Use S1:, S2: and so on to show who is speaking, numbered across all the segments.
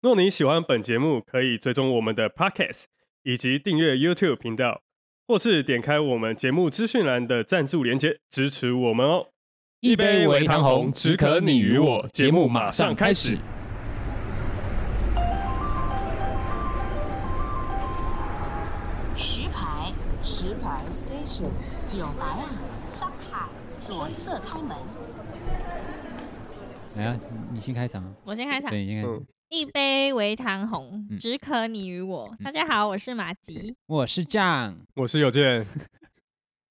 S1: 若你喜欢本节目，可以追踪我们的 Podcast 以及订阅 YouTube 频道，或是点开我们节目资讯栏的赞助连接支持我们哦。一杯微糖红只可你与我节目马上开始。
S2: 石牌，石牌 station，九白啊，上海，左侧开门。
S3: 来啊，你先开场啊。
S4: 我先开场，
S3: 对，你先开始。
S1: 嗯
S4: 一杯微糖红，
S3: 嗯
S4: 只可你与我。
S1: 嗯
S4: 大家好，我是马吉。
S3: 我是 John，
S1: 我是有健，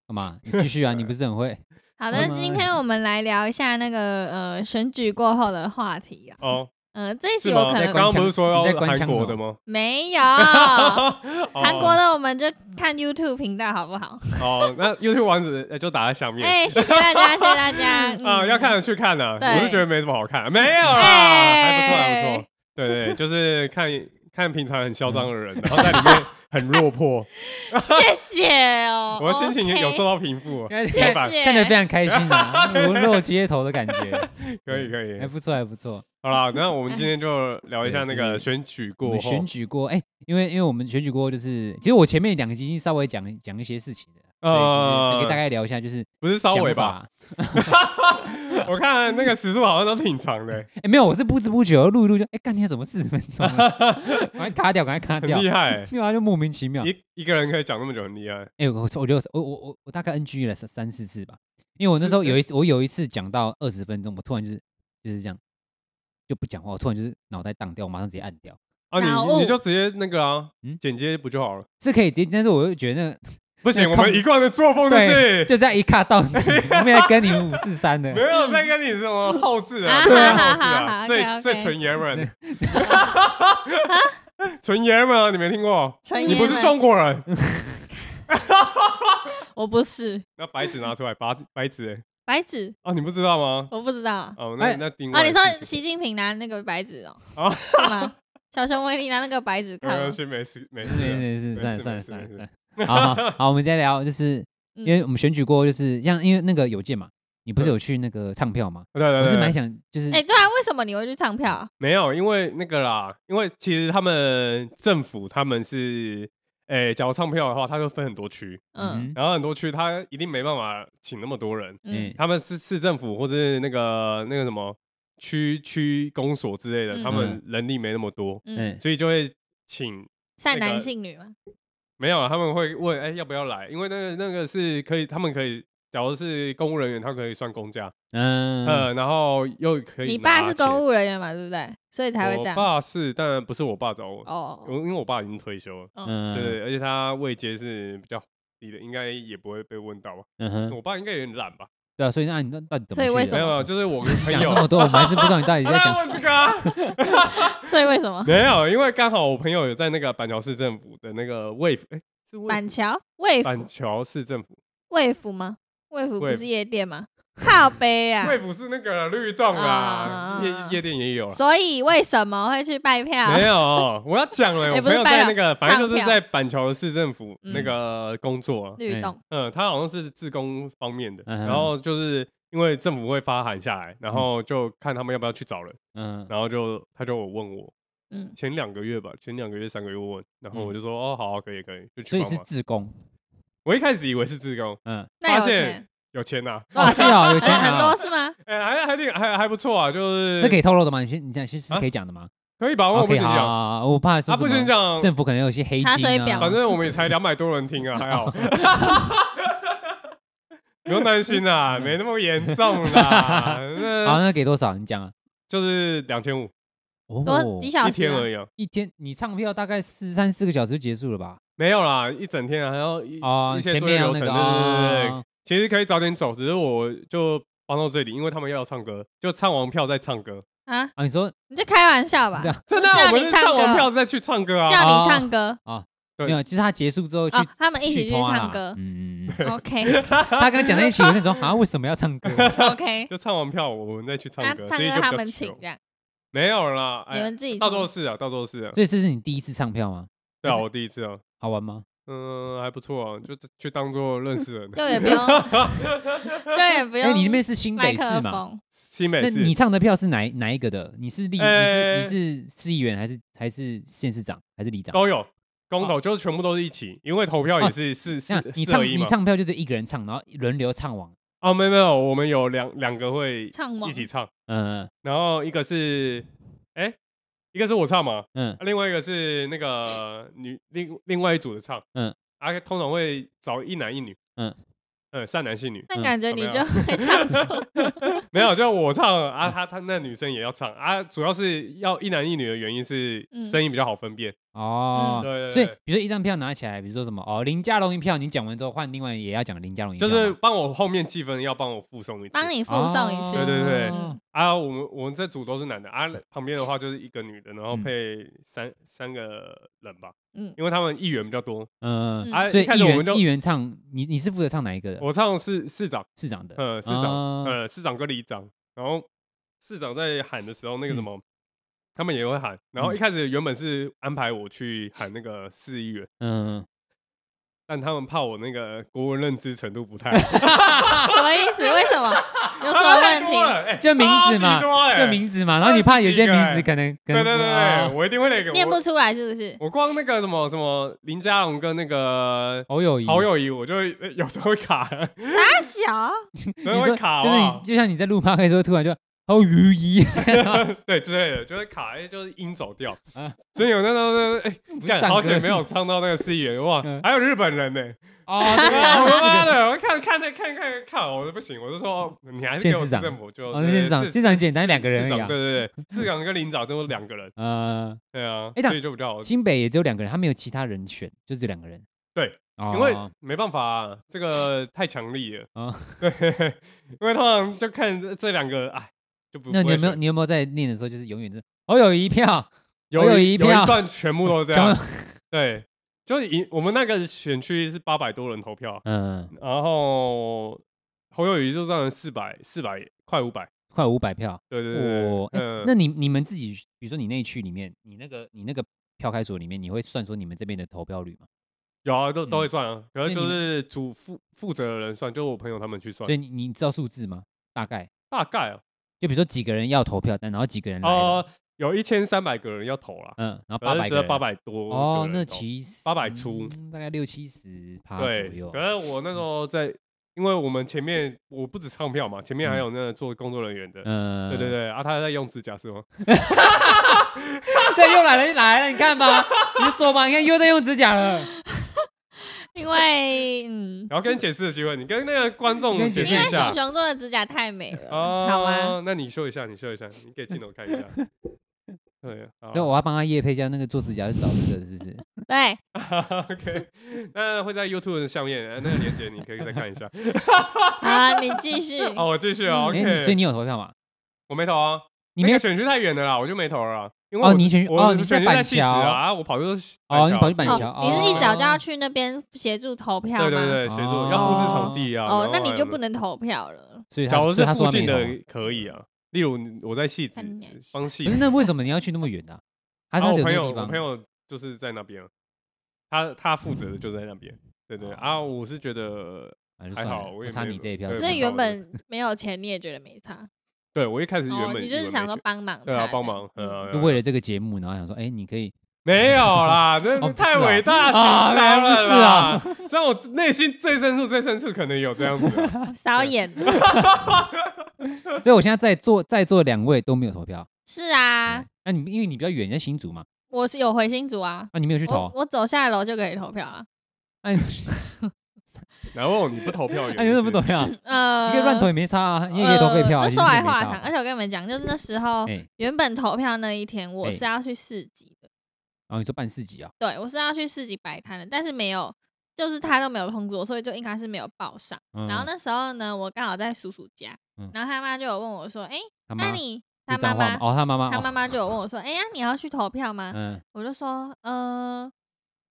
S3: 干嘛？你继续啊，你不是 很会？
S4: 好
S3: 拜拜，
S4: 的今天我们来聊一下那个呃选举过后的话题啊。
S1: 哦，
S4: 呃，这一
S1: 是
S4: 集
S1: 吗
S4: 我？可
S3: 在
S1: 刚
S4: 能
S1: 刚
S3: 关
S1: 不是说要
S3: 你在关
S1: 韩
S3: 枪
S1: 国
S3: 什
S1: 的
S3: 么
S1: 吗？
S4: 没 有
S1: 韩
S4: 哦韩国的，我们就看 YouTube 频道好不好？
S1: 哦，那 YouTube 网址呃就打在下面。
S4: 哎，谢谢大家，谢谢大家。嗯
S1: 啊，要看的去看啊，
S4: 对
S1: 我是觉得没什么好看，没有啦，还不错，还不错
S4: 哎。
S1: 对对，就是看看平常很嚣张的 人，然后在里面很落魄，
S4: 谢谢哦。
S1: 我的心情
S4: OK
S1: 有受到平复啊，
S3: 看
S4: 谢
S1: 反
S4: 谢。
S3: 看得非常开心啊，如落街头的感觉，
S1: 可以可以
S3: 还。不错，还不错。
S1: 好啦，那我们今天就聊一下那
S3: 对就
S1: 个
S3: 是
S1: 选举
S3: 我
S1: 过
S3: 们
S1: 后，
S3: 选举过，哎、因为因为我们选举过，就是其实我前面两个集已经稍微讲讲一些事情的，呃，
S1: 呃
S3: 可以大概聊一下，就是
S1: 不是稍微
S3: 想
S1: 吧？
S3: 法。
S1: 我看那个时速好像都挺长 的，
S3: 哎、没有，我是不知不觉录一录就，哎、干你怎么四十分 钟了？赶快卡掉，赶快卡
S1: 很
S3: 掉，
S1: 厉害，
S3: 对啊，就莫名其妙。
S1: 一一个人可以讲那么久，很厉害。
S3: 哎、我我我我我我我大概 NG 了三三四次吧，因为我那时候
S1: 嗯
S3: 有一我有一次讲到二十分钟，我突然就是就是这样就不讲话，我突然就是脑袋荡掉，我马上直接按掉，
S1: 啊，
S4: 脑
S1: 你
S4: 雾
S1: 你就直接那个啊
S3: 嗯，
S1: 剪接不就好了？
S3: 是可以直接，但是我又觉得那个
S1: 不行，
S3: 那
S1: 我
S3: 看
S1: 们一贯的作风就是
S3: 呃对，就这样一卡 到底，我没有跟你五四三的
S1: 没。有在跟你什么后置啊，
S4: 啊
S1: 对啊，
S4: 好好
S1: 后置啊，
S4: 好
S1: 最
S4: OK，OK
S1: 最纯爷们，纯爷们啊，你没听过？
S4: 纯爷
S1: 你不是
S4: 们
S1: 中国人？
S4: 我不是
S1: 那白纸拿出来，白白纸欸，
S4: 白纸，
S1: 哦，你不知道吗？
S4: 我不知道。
S1: 哦，那
S3: 哎
S1: 那定
S4: 啊，
S1: 位
S4: 你说
S1: 是
S4: 习近平拿那个白纸哦、
S1: 哦呃
S4: 是吗？小熊维尼拿那个白 纸看
S1: 没有
S4: 吗，
S1: 先没事没
S3: 没
S1: 事，没
S3: 事没事，算
S1: 事
S3: 了算
S1: 没
S3: 了
S1: 事
S3: 算了
S1: 没事
S3: 算了。好好好，我们再 聊，就是
S4: 嗯
S3: 因为我们选举过，就是像因为那个邮件嘛，你不是有去那个唱票吗？
S1: 对嗯对
S3: 我
S1: 对
S3: 是
S1: 对，
S3: 蛮想，就是
S4: 哎、对啊，为什么你会去唱票啊？
S1: 没有，因为那个啦，因为其实他们政府他们是，诶、假如唱票的话，他就分很多区，
S4: 嗯
S3: 嗯
S1: 然后很多区他一定没办法请那么多人，
S4: 嗯
S3: 嗯，
S1: 他们是市政府或者是那个那个什么区区公所之类的，
S4: 嗯
S1: 他们人力没那么多，
S3: 哎
S4: 嗯，
S1: 所以就会请。
S4: 善
S1: 那个
S4: 男信女嘛，
S1: 没有，他们会问，哎、要不要来？因为那个那个是可以，他们可以，假如是公务人员，他可以算公假，
S3: 嗯
S1: 呃，然后又可以拿钱。
S4: 你爸是公
S1: 务
S4: 务人员嘛，对不对？所以才会这样
S1: 我。爸是，但不是我爸找我，我
S4: 哦，
S1: 因为我爸已经退休了，
S3: 嗯
S1: 对对，而且他位阶是比较低的，应该也不会被问到吧？
S3: 嗯哼，
S1: 我爸应该有点懒吧？
S3: 对啊，所以那你到到底怎么
S4: 所以
S3: 去
S4: 为
S3: 的
S4: 什
S1: 没
S4: 么
S1: 有，啊就是我跟朋
S3: 讲
S1: 友啊
S3: 这么多，我们还是不知道你到底
S1: 他在
S3: 在 讲。
S1: 问这个啊，
S4: 所以为什 么？
S1: 没有，因为刚好我朋友有在那个板桥市政府的那个卫服，哎，是卫
S4: 板
S1: 服
S4: 桥卫
S1: 板
S4: 府
S1: 桥市政府，
S4: 卫府吗？卫府不
S1: 卫
S4: 是夜店吗？靠背啊！
S1: 卫府是那个绿洞啦
S4: 啊，
S1: 夜夜店也有啦。
S4: 所以为什么会去拜票？
S1: 没有，我要讲 了，我
S4: 哎不
S1: 朋
S4: 是
S1: 友
S4: 拜
S1: 在
S4: 了
S1: 那个，反正就是
S4: 唱票
S1: 在板桥市政府
S4: 嗯
S1: 那个工作啊，
S3: 哎
S4: 律动，
S1: 嗯，他好像是自工方面的，
S3: 嗯哼
S1: 然后就是因为政府会发函下来，然后就看他们要不要去找人，
S3: 嗯
S1: 然后就他就有问我
S4: 嗯，
S1: 前两个月吧，前两个月三个月问，然后我就说、哦好啊、可以可以，就
S3: 嗯所
S1: 去
S3: 以
S1: 帮
S3: 是
S1: 忙。
S3: 自工，
S1: 我一开始以为是自工，啊
S3: 嗯，
S4: 那有
S1: 发现
S4: 钱，
S1: 有钱呐、
S3: 哦是哦，有钱
S4: 很很
S3: 拿
S4: 多
S3: 哦，
S4: 是吗？
S1: 哎、还还挺还还不错啊，就是
S3: 这可以透露的吗？你先你讲，先是
S1: 啊
S3: 可以讲的吗
S1: 可以吧？我不
S3: ？OK，
S1: 行
S3: 好
S1: 讲，
S3: 好，好我怕是
S1: 啊不行讲，
S3: 政府可能有一些黑金
S4: 查水
S3: 啊，
S4: 表
S1: 反正我们也才两百多人听啊，还好。不用担心啦，没那么严重 啦，
S3: 好，
S1: 那
S3: 那给多少？你讲啊。
S1: 就是两千五
S3: 哦
S4: 多，几小
S1: 一
S4: 时
S1: 天
S4: 啊？
S1: 而已啊。
S3: 一天你唱票大概四三四个小时就结束了吧？
S1: 没有啦，一整天啊，还要一
S3: 哦
S1: 一些
S3: 前
S1: 作业
S3: 面
S1: 流
S3: 要
S1: 程，
S3: 那
S1: 对对
S3: 个
S1: 对对对
S3: 哦，
S1: 其实可以早点走，只是我就帮到这里，因为他们要唱歌，就唱完票再唱歌，
S4: 啊，
S3: 啊，你说
S4: 你在开玩笑吧
S3: 这？样
S1: 真的啊，
S4: 叫
S1: 我们
S4: 你
S1: 是
S4: 唱
S1: 唱完
S4: 歌
S1: 票再去唱歌啊。
S4: 叫
S3: 哦
S4: 你唱歌
S1: 对
S3: 没有？就是他结束之后去
S4: 哦，他们一起去
S3: 拖啦
S4: 唱 歌
S3: 嗯，嗯嗯
S4: ，OK
S3: 他跟他讲在一起，我那种好像为什么要唱歌？
S4: OK，
S1: 就唱完票，我们再去唱
S4: 那
S1: 歌。
S4: 啊唱
S1: 所以就
S4: 歌
S1: 比较
S4: 他们
S1: chill
S4: 请这样，
S1: 没有啦，
S4: 你
S1: 哎，
S4: 们自己
S1: 到时候
S4: 去
S1: 是啊，到时候是啊。
S3: 所以这是你第一次唱票吗？
S1: 对啊，我第一次啊，
S3: 好玩吗？
S1: 嗯，还不错啊，就去当做认识人。
S4: 就也 不用，就也不
S3: 哎，
S4: 用。
S3: 你那边是新
S4: 麦
S3: 北市
S4: 克
S3: 嘛？
S4: 风，
S1: 新美
S3: 那
S1: 是
S3: 你唱的票是哪哪一个的？你是立你是
S1: 哎
S3: 你是市议员还是还是县市长还是里长？
S1: 都有公投，就是全部都是一起，因为投票也是四
S3: 哦那
S1: 四
S3: 你
S1: 四合
S3: 唱
S1: 一
S3: 你
S1: 嘛。
S3: 唱票就是一个人唱，然后轮流唱完。
S1: 哦，没有没有，我们有两两个会
S4: 唱完
S1: 一起唱，
S3: 嗯
S1: 然后一个是哎，一个是我唱嘛，
S3: 嗯
S1: 啊另外一个是那个女另另外一组的唱，
S3: 嗯
S1: 嗯，啊，通常会找一男一女，
S3: 嗯
S1: 嗯，呃，善男信女，
S4: 那感觉
S1: 怎么
S4: 你 就
S1: 样
S4: 会唱错。
S1: 没有，就我唱啊，他他那女生也要唱啊，主要是要一男一女的原因是
S4: 嗯
S1: 声音比较好分辨，
S3: 哦，
S1: 对
S3: 所
S1: 对
S3: 以
S1: 对，
S3: 比如说一张票拿起来，比如说什么哦，林家龙一票，你讲完之后换另外也要讲林家龙一
S1: 就
S3: 票嘛，
S1: 是帮我后面气氛要帮我附送一次，
S4: 帮你附送一
S3: 哦
S4: 次。
S1: 对对对
S4: 嗯
S1: 啊，我们我们这组都是男的啊，旁边的话就是一个女的，然后
S3: 嗯
S1: 配三三个人吧，
S4: 嗯
S1: 因为他们议员比较多
S3: 嗯，
S1: 啊，
S3: 所以
S1: 一开
S3: 议
S1: 始我们就
S3: 员议员唱，你你是负责唱哪一个的？
S1: 我唱市市长。
S3: 市长的，
S1: 呃，市长，
S3: 哦，
S1: 呃，市长跟里长，然后市长在喊的时候，那个什么，他们也会喊。然后一
S3: 嗯
S1: 开始原本是安排我去喊那个市议员，
S3: 嗯，
S1: 但他们怕我那个国文认知程度不太好，
S4: 什么意思？为 什么？有什么
S1: 啊
S4: 问
S1: 太
S4: 题？
S1: 多了 哎
S3: 就名字
S1: 超级多
S3: 嘛，
S1: 哎
S3: 就名字嘛，然后你怕有些名
S1: 二十几
S3: 字
S1: 个
S3: 可能，
S1: 欸
S3: 可
S1: 对对
S3: 能
S1: 对
S3: 哦
S1: 对，我一定会那个。
S4: 念不
S1: 我
S4: 出来是不 是？
S1: 我光那个什么什么林佳龙跟那个
S3: 好友谊，
S1: 好，友谊，我就会呃有时候会卡，有
S4: 打小
S1: 时
S3: 你
S1: 候
S3: 说
S1: 会卡，啊哦
S3: 就
S1: 好不
S3: 是你
S1: 好
S3: 就像你在录 p o d 时候突然就好友谊，
S1: 对之类的，就会卡，哎，就是音走掉
S3: 啊
S1: 啊。真有那那那哎，
S3: 不是
S1: 干
S3: 唱
S1: 好
S3: 歌
S1: 久没有唱到那个市议员哇
S3: 嗯，
S1: 还有日本 人呢。
S3: 哦，对 对
S1: 啊！我
S3: 对
S1: 妈
S3: 是
S1: 的，我看看那看看看，我都不行，我就说哦你还是
S3: 县
S1: 给我
S3: 市
S1: 市
S3: 长
S1: 政府就
S3: 哦，那市长，
S1: 市
S3: 市长简单两个
S1: 市
S3: 人而已
S1: 长
S3: 啊
S1: 对，对对，市长跟林长都是两个人，
S3: 呃，
S1: 对啊，
S3: 哎但
S1: 所以就比较好，
S3: 新北也只有两个人，他没有其他人选，就只有两个人，
S1: 对
S3: 哦，
S1: 因为没办法啊，这个太强力了
S3: 哦
S1: 啊，对，因为通常就看这这两个，哎，就不
S3: 那你有
S1: 不会
S3: 没有
S1: 选
S3: 你有没有在念的时候就是永远是好友谊票，
S1: 有
S3: 有
S1: 一
S3: 一
S1: 有
S3: 票
S1: 一段全部都是这
S3: 全
S1: 样
S3: 部，
S1: 对，就是以我们那个选区是八百多人投票，
S3: 嗯，
S1: 然后侯友谊就占四百四百快五百，
S3: 快五百票。
S1: 对对
S3: 哦，
S1: 对，
S3: 哎
S1: 嗯
S3: 那你你们自己，比如说你那一区里面，你那个你那个票开所里面，你会算说你们这边的投票率吗？
S1: 有啊，都
S3: 嗯
S1: 都会算啊，可
S3: 那
S1: 是就
S3: 你们
S1: 是主负负责的人算，就是我朋友他们去算
S3: 所，以你你知道数字吗？大概
S1: 大概啊，
S3: 就比如说几个人要投票，但然后几个人来了，
S1: 哦，有一千三百个人要投啦，
S3: 嗯，然后
S1: 可
S3: 八
S1: 是
S3: 百个
S1: 这
S3: 人
S1: 八百多
S3: 哦
S1: 个，人
S3: 那
S1: 投
S3: 其实
S1: 800出
S3: 嗯大概六七十趴左
S1: 对
S3: 右，嗯
S1: 可，是我那时候在，因为我们前面我不止唱票嘛，前面还
S3: 嗯
S1: 有那个做工作人员的，
S3: 嗯，
S1: 对对，对，啊，他在用指甲是吗？
S3: 啊对，又来了来了，你看吧，你就说吧，你看又在用指甲了，
S4: 因为嗯，
S1: 然后跟你解释的机会，你跟那个观众
S3: 跟你
S1: 解
S4: 因
S1: 释
S3: 解释
S1: 一
S4: 为
S1: 下
S4: 熊。熊做的指甲太美了。
S1: 哦，
S4: 好啊
S1: 那你秀一下，你秀一下，你给镜头看一 下。对，好
S3: 所以我要帮他夜配一下那个做指甲是找这个是不是？
S4: 对，
S1: OK，那会在 YouTube 的下面，呃那个链接你可以再看一 下。
S4: 好了，你继续。
S1: 哦，我继续啊
S3: 哎，
S4: 嗯
S3: 你所以
S1: ，OK，
S3: 你有投票吗？
S1: 我没投啊，
S3: 你
S1: 那
S3: 没
S1: 个
S3: 有
S1: 选区太远了啦，我就没投了啦。因为
S3: 哦
S1: 我
S3: 你选区
S1: 我
S3: 哦你是在
S1: 选区在
S3: 板
S1: 戏子
S3: 桥
S1: 啊，我跑就是
S3: 哦你跑去板
S1: 桥
S3: 桥
S4: 哦，你是一早就要
S3: 哦
S4: 去那边协助投票
S1: 对
S4: 吗？
S1: 对对，协
S3: 哦
S1: 作要布置场地啊。
S4: 哦，那
S1: 然后
S4: 你
S1: 还有
S4: 就不能投票了。
S3: 所以他
S1: 假如
S3: 所以
S1: 是
S3: 他
S1: 附
S3: 说他没
S1: 近
S3: 投
S1: 的
S3: 啊
S1: 可以啊，例如你我在戏子
S4: 看你
S1: 帮戏
S3: 可
S1: 子
S3: 是，那为什么你要去那么远呢、啊？还是
S1: 啊
S3: 他只
S1: 我朋
S3: 有那
S1: 友
S3: 个地
S1: 我
S3: 方？
S1: 朋友就是在那边，他他负责的就在那边。对对
S4: 哦
S1: 啊，我是觉得，
S3: 还是
S1: 还
S3: 算了
S1: 好我
S3: 我
S1: 也
S3: 差
S1: 没
S3: 你这一票
S1: 对
S3: 是
S4: 所
S3: 吧。
S1: 我
S4: 以原
S1: 差
S4: 本没有钱，你也觉得没差。
S1: 对我一开始原
S4: 哦，
S1: 本
S4: 你
S1: 以
S4: 就
S1: 为
S4: 是想
S1: 没
S4: 说
S1: 去
S4: 帮忙他这
S1: 对
S4: 样。
S1: 啊，帮忙，
S4: 嗯
S1: 呃，
S3: 就为了这个节目，然后想说，哎，你可以，
S1: 没有 啦，
S3: 哦
S1: 那
S3: 不是啊
S1: 太伟大
S3: 啊
S1: 情操了
S3: 啊
S1: 啦。虽然我内心最深处、最深处可能有这样子 啊，
S4: 少演。
S3: 所以我现在在座在座两位都没有投票
S4: 是啊
S3: 嗯，那你因为你比较远，你在新竹嘛，
S4: 我是有回新竹啊，
S3: 啊，你没有去
S4: 我
S3: 投，
S4: 我走下楼就可以投票啊。
S3: 那你
S1: 然后你不投票，
S3: 那你为啊哎什么不投？票？你
S4: 呃，
S3: 可以乱投也没差啊，你也可以投废票啊。
S4: 呃
S3: 其
S4: 这
S3: 实
S4: 说
S3: 也
S4: 来
S3: 没
S4: 话
S3: 差
S4: 长，而且我跟你们讲，就是那时候
S3: 哎，
S4: 原本投票那一天，我
S3: 哎
S4: 是要去市集的，
S3: 然后你说办市集啊，
S4: 对我是要去市集摆摊的，但是没有，就是他都没有通知我，所以就应该是没有报上。
S3: 嗯
S4: 然后那时候呢，我刚好在叔叔家
S3: 嗯，
S4: 然后他妈就有问我说：“哎，
S3: 他
S4: 那
S3: 妈，
S4: 你他
S3: 是脏话吗？
S4: 妈
S3: 哦，他妈妈，
S4: 他
S3: 哦
S4: 妈妈就有问我说：“哎、呀，你要去投票吗？”
S3: 嗯，
S4: 我就说：“呃，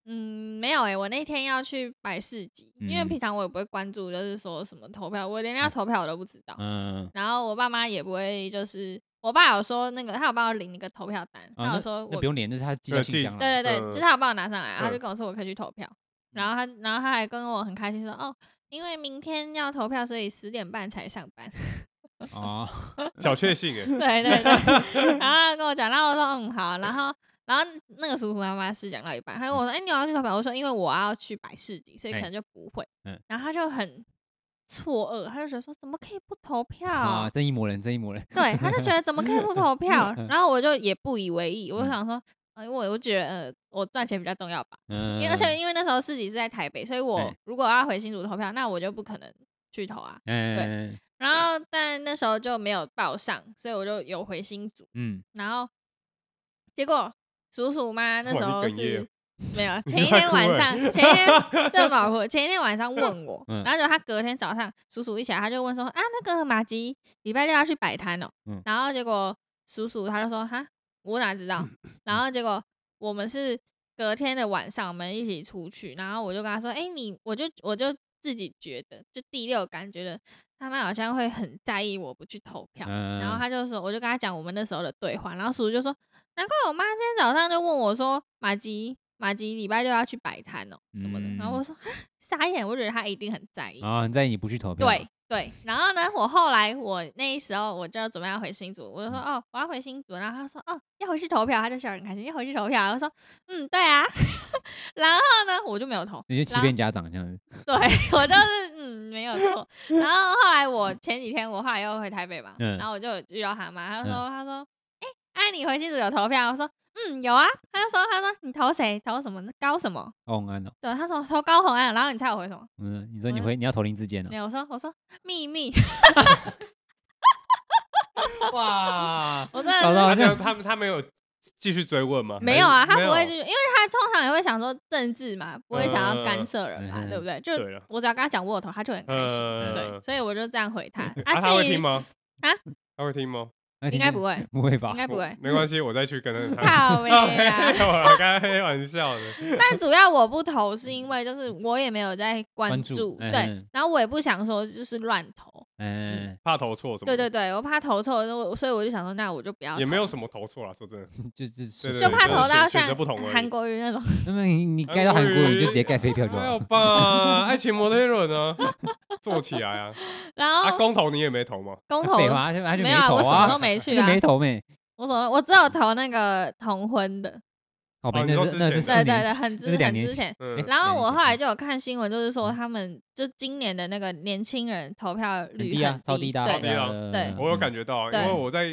S4: 嗯，没有诶、我那天要去百事集，因为
S3: 嗯
S4: 平常我也不会关注，就是说什么投票，我连要投票我都不知道。
S3: 嗯，
S4: 然后我爸妈也不会，就是我爸有说那个，他有帮我领那个投票单，
S3: 啊
S4: 他有
S3: 那
S4: 说
S3: 那
S4: 我
S3: 不用连，那是他寄
S1: 呃
S3: 到信
S1: 寄
S3: 箱了。呃嗯
S4: 对对对，
S1: 嗯
S4: 就是他有帮我拿上来，然后他
S1: 嗯
S4: 就跟我说我可以去投票，然后他然后他还跟我很开心说哦，因为明天要投票，所以十点半才上班。
S3: 哦，
S1: 小确幸哎，
S4: 对对对，然后他跟我讲，然后我说嗯好，然后然后那个叔叔他妈是讲到一半，他跟我说哎、你有要去投票，我说因为我要去百事集，所以
S3: 嗯
S4: 可
S3: 哎
S4: 能就不会，
S3: 嗯
S4: 然后他就很错愕，他就觉得说怎么可以不投票？
S3: 啊，正义魔人，正义魔人，
S4: 对，他就觉得怎么可以不投票
S3: 嗯？
S4: 然后我就也不以为意，我就
S3: 嗯
S4: 想说，呃，我我觉得呃，我赚钱比较重要吧。因
S3: 嗯，
S4: 为而且因为那时候市集是在台北，所以我
S3: 哎
S4: 如果要回新竹投票，那我就不可能去投啊。
S3: 嗯
S4: 然后但那时候就没有报上，所以我就有回新竹。
S3: 嗯，
S4: 然后结果叔叔妈那时
S1: 哇
S4: 候
S1: 你哽咽哦
S4: 是没有
S1: 你
S4: 前一
S1: 要
S4: 天
S1: 哭
S4: 晚
S1: 了
S4: 上，前 一天这保护，前一天晚上问我，
S3: 嗯
S4: 然后就他隔天早上叔叔一起来，他就问说啊那个马吉礼拜六要去摆摊哦
S3: 嗯，
S4: 然后结果叔叔他就说哈我哪知道， 然后结果我们是隔天的晚上我们一起出去，然后我就跟他说哎、你我就我就自己觉得就第六感觉得他们好像会很在意我不去投票，
S3: 嗯
S4: 然后他就说，我就跟他讲我们那时候的对话，然后叔叔就说，难怪我妈今天早上就问我说，马吉马吉礼拜六要去摆摊哦什么的，然
S3: 嗯
S4: 后我说哈傻眼，我觉得他一定很在意，
S3: 啊，很在意你不去投票，
S4: 对，对，然后呢，我后来我那时候我就准备要回新竹，我就说
S3: 嗯
S4: 哦我要回新竹，然后他说哦要回去投票，他就笑得很开心，要回去投票，我说嗯对啊， 然后呢我就没有投，
S3: 你就欺
S4: 然后
S3: 骗家长这样子，
S4: 对 我就是嗯没有错。然后后来我前几天我后来又回台北嘛，
S3: 嗯
S4: 然后我就有遇到他妈，他
S1: 嗯
S4: 就说、他说哎、哎你回新竹有投票？我说嗯有啊。他就说他说你投谁？投什么？高什么？
S3: 哦，安哦，
S4: 对，他说投高红安。然后你猜我回什么？
S3: 嗯，你说你回你要投林志
S1: 嗯
S3: 坚哦
S4: 没
S3: 了，
S4: 有，我说我说秘密，
S3: 哇，
S4: 我真的
S3: 搞
S1: 他
S3: 到
S4: 是
S1: 没有他们他没有继续追问吗？
S4: 没有啊，
S1: 还
S4: 他
S1: 是
S4: 不会就是，因为他通常也会想说政治嘛，不会想要干涉人嘛，
S3: 嗯
S4: 对不对？就
S1: 呃对了
S4: 我只要跟他讲我有投，他就很开心。
S1: 呃，
S4: 对，所以我就这样回他。
S1: 啊，他
S4: 至
S1: 会
S4: 于
S1: 听吗？嗯
S4: 啊，
S1: 他会听吗？
S4: 应该不会，
S3: 不会吧
S4: 应？该不会
S1: 我。没关系，我再去跟 着他。
S4: 靠呗
S1: 啊没
S4: 啊！
S1: 有啊，刚才开玩笑的。
S4: 但主要我不投，是因为就是我也没有在关
S3: 关
S4: 注，
S3: 注嗯
S4: 对，然后我也不想说就是乱投，
S3: 嗯，
S1: 怕投错什么？
S4: 对对，对，我怕投错，我所以我就想说，那我就不要投，
S1: 也没有什么投错啦，说真的，
S3: 就就
S1: 对
S4: 嗯就怕
S1: 就
S4: 投
S1: 是
S4: 到
S1: 选选
S4: 像
S1: 择不同而已
S4: 韩国瑜那种，
S3: 那么你你盖到韩国人就直接盖飞票就
S4: 哎
S1: 还
S3: 好
S1: 有
S3: 了，
S1: 吧？哎爱情摩天轮啊，做起来啊！
S4: 然
S1: 啊，
S4: 后
S1: 公投你也没投吗？
S4: 公投
S3: 哎废话，他就他就
S4: 没
S3: 没
S4: 有啊，
S3: 投
S4: 我什么都
S3: 啊，
S4: 没去
S3: 就
S4: 啊
S3: 没，投没，
S4: 我什么我只有投那个同婚的，
S3: 好呗
S1: 哦，你
S3: 那
S1: 说
S3: 是
S1: 之
S3: 那
S1: 前
S3: 是四
S4: 对对
S3: 年
S4: 对，很
S3: 那
S4: 之
S3: 是两
S4: 很
S3: 年
S4: 之前。
S1: 嗯
S3: 哎，
S4: 然后我
S3: 两年前嗯
S4: 后来就有看新闻，就是说他们就今年的那个年轻人投票
S3: 很
S4: 率
S3: 低啊，超低的啊，
S4: 对，
S1: 对啊
S4: 对
S1: 我有感觉到啊，
S4: 对
S1: 因为我在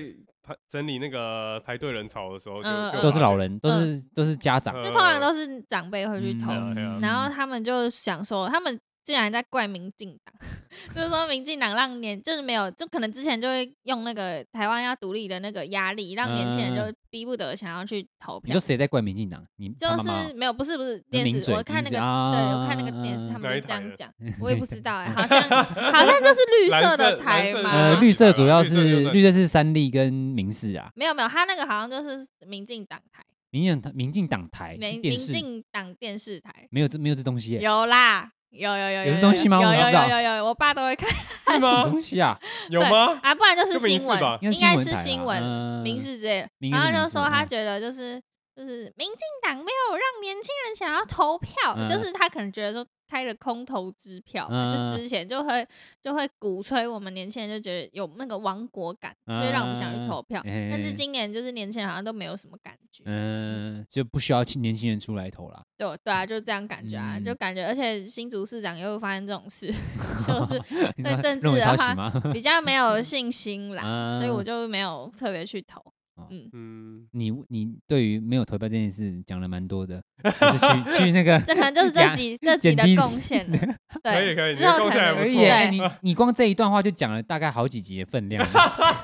S1: 排整理那个排队人潮的时候，就
S4: 嗯
S1: 就
S3: 都是老
S1: 发
S3: 人，都是都是家长
S1: 嗯
S4: 就通常都是长辈会去投，
S1: 嗯嗯
S4: 然后他们就想说，他们竟然在怪民进党， 就是说民进党让年就是没有，就可能之前就会用那个台湾要独立的那个压力，让年轻人
S3: 嗯
S4: 就逼不得想要去投
S3: 你
S4: 票
S3: 说。谁在怪民进党？你
S4: 就
S3: 他妈妈
S4: 是
S3: 哦
S4: 没有，不是不是
S3: 那
S4: 电
S3: 名
S4: 视，
S3: 嘴
S4: 我看那
S3: 名嘴
S4: 个，对
S3: 啊
S4: 我看那个电视，他们
S1: 哪
S4: 就
S1: 一
S4: 这
S1: 台
S4: 样
S1: 的
S4: 讲，我也不知道哎、好像好像就是绿
S1: 蓝
S4: 色
S1: 色
S4: 的
S1: 蓝
S4: 台
S1: 色的
S4: 嘛，
S3: 呃，
S1: 啊
S3: 绿色主要
S1: 绿色就是
S3: 是绿色是三立跟民视啊，
S4: 没有没有，他那个好像就是民进党台，
S3: 民进党民进党台哎是
S4: 民民
S3: 电视，
S4: 进党电视台，
S3: 没有这没有这东西耶，
S4: 有啦，有有有
S3: 有这东西吗
S4: 有
S3: 我哪
S4: 有
S3: 知道
S4: 有有有，我爸都会看
S1: 是
S3: 什 么
S1: 吗？
S3: 东西啊？
S1: 有吗？
S4: 啊，不然就是
S1: 就民
S4: 新
S1: 视
S4: 闻
S1: 吧，
S4: 应该
S3: 该
S4: 是新闻、
S3: 闻
S4: 民事之类的。
S3: 啊嗯民
S4: 然
S3: 视
S4: 后
S3: 民
S4: 就
S3: 视
S4: 说他
S3: 嗯
S4: 觉得就是就是民进党没有让年轻人想要投票，就
S3: 嗯
S4: 是他可能觉得说开了空头支票嘛，
S3: 嗯
S4: 就之前就会就会鼓吹我们年轻人就觉得有那个亡国感，
S3: 嗯
S4: 所以让我们想去投票。但是今年就是年轻人好像都没有什么感觉，
S3: 哎嗯，就不需要青年轻人出来投啦。
S4: 对对啊，就这样感觉啊，就
S3: 嗯
S4: 感觉，而且新竹市长又发生这种事， 就是
S3: 你
S4: 对
S3: 说
S4: 政治
S3: 认为
S4: 的
S3: 抄
S4: 话
S3: 袭吗？
S4: 比较 没有信心啦，所以我
S3: 嗯
S4: 就没有特别去投。
S1: 嗯，
S3: 你你对于没有投票这件事讲了蛮多的，就是去 去那个
S4: 这可能就是这
S3: 呀
S4: 集这集
S3: 减
S4: 的
S3: 低
S4: 贡献了。 对，
S1: 可以可以你
S4: 之
S1: 的
S4: 后
S1: 贡
S4: 可
S1: 献还
S4: 能
S1: 不
S3: 可以
S1: 错哎
S3: 耶，哎
S4: 对，
S3: 你你光这一段话就讲了大概好几集的分量了。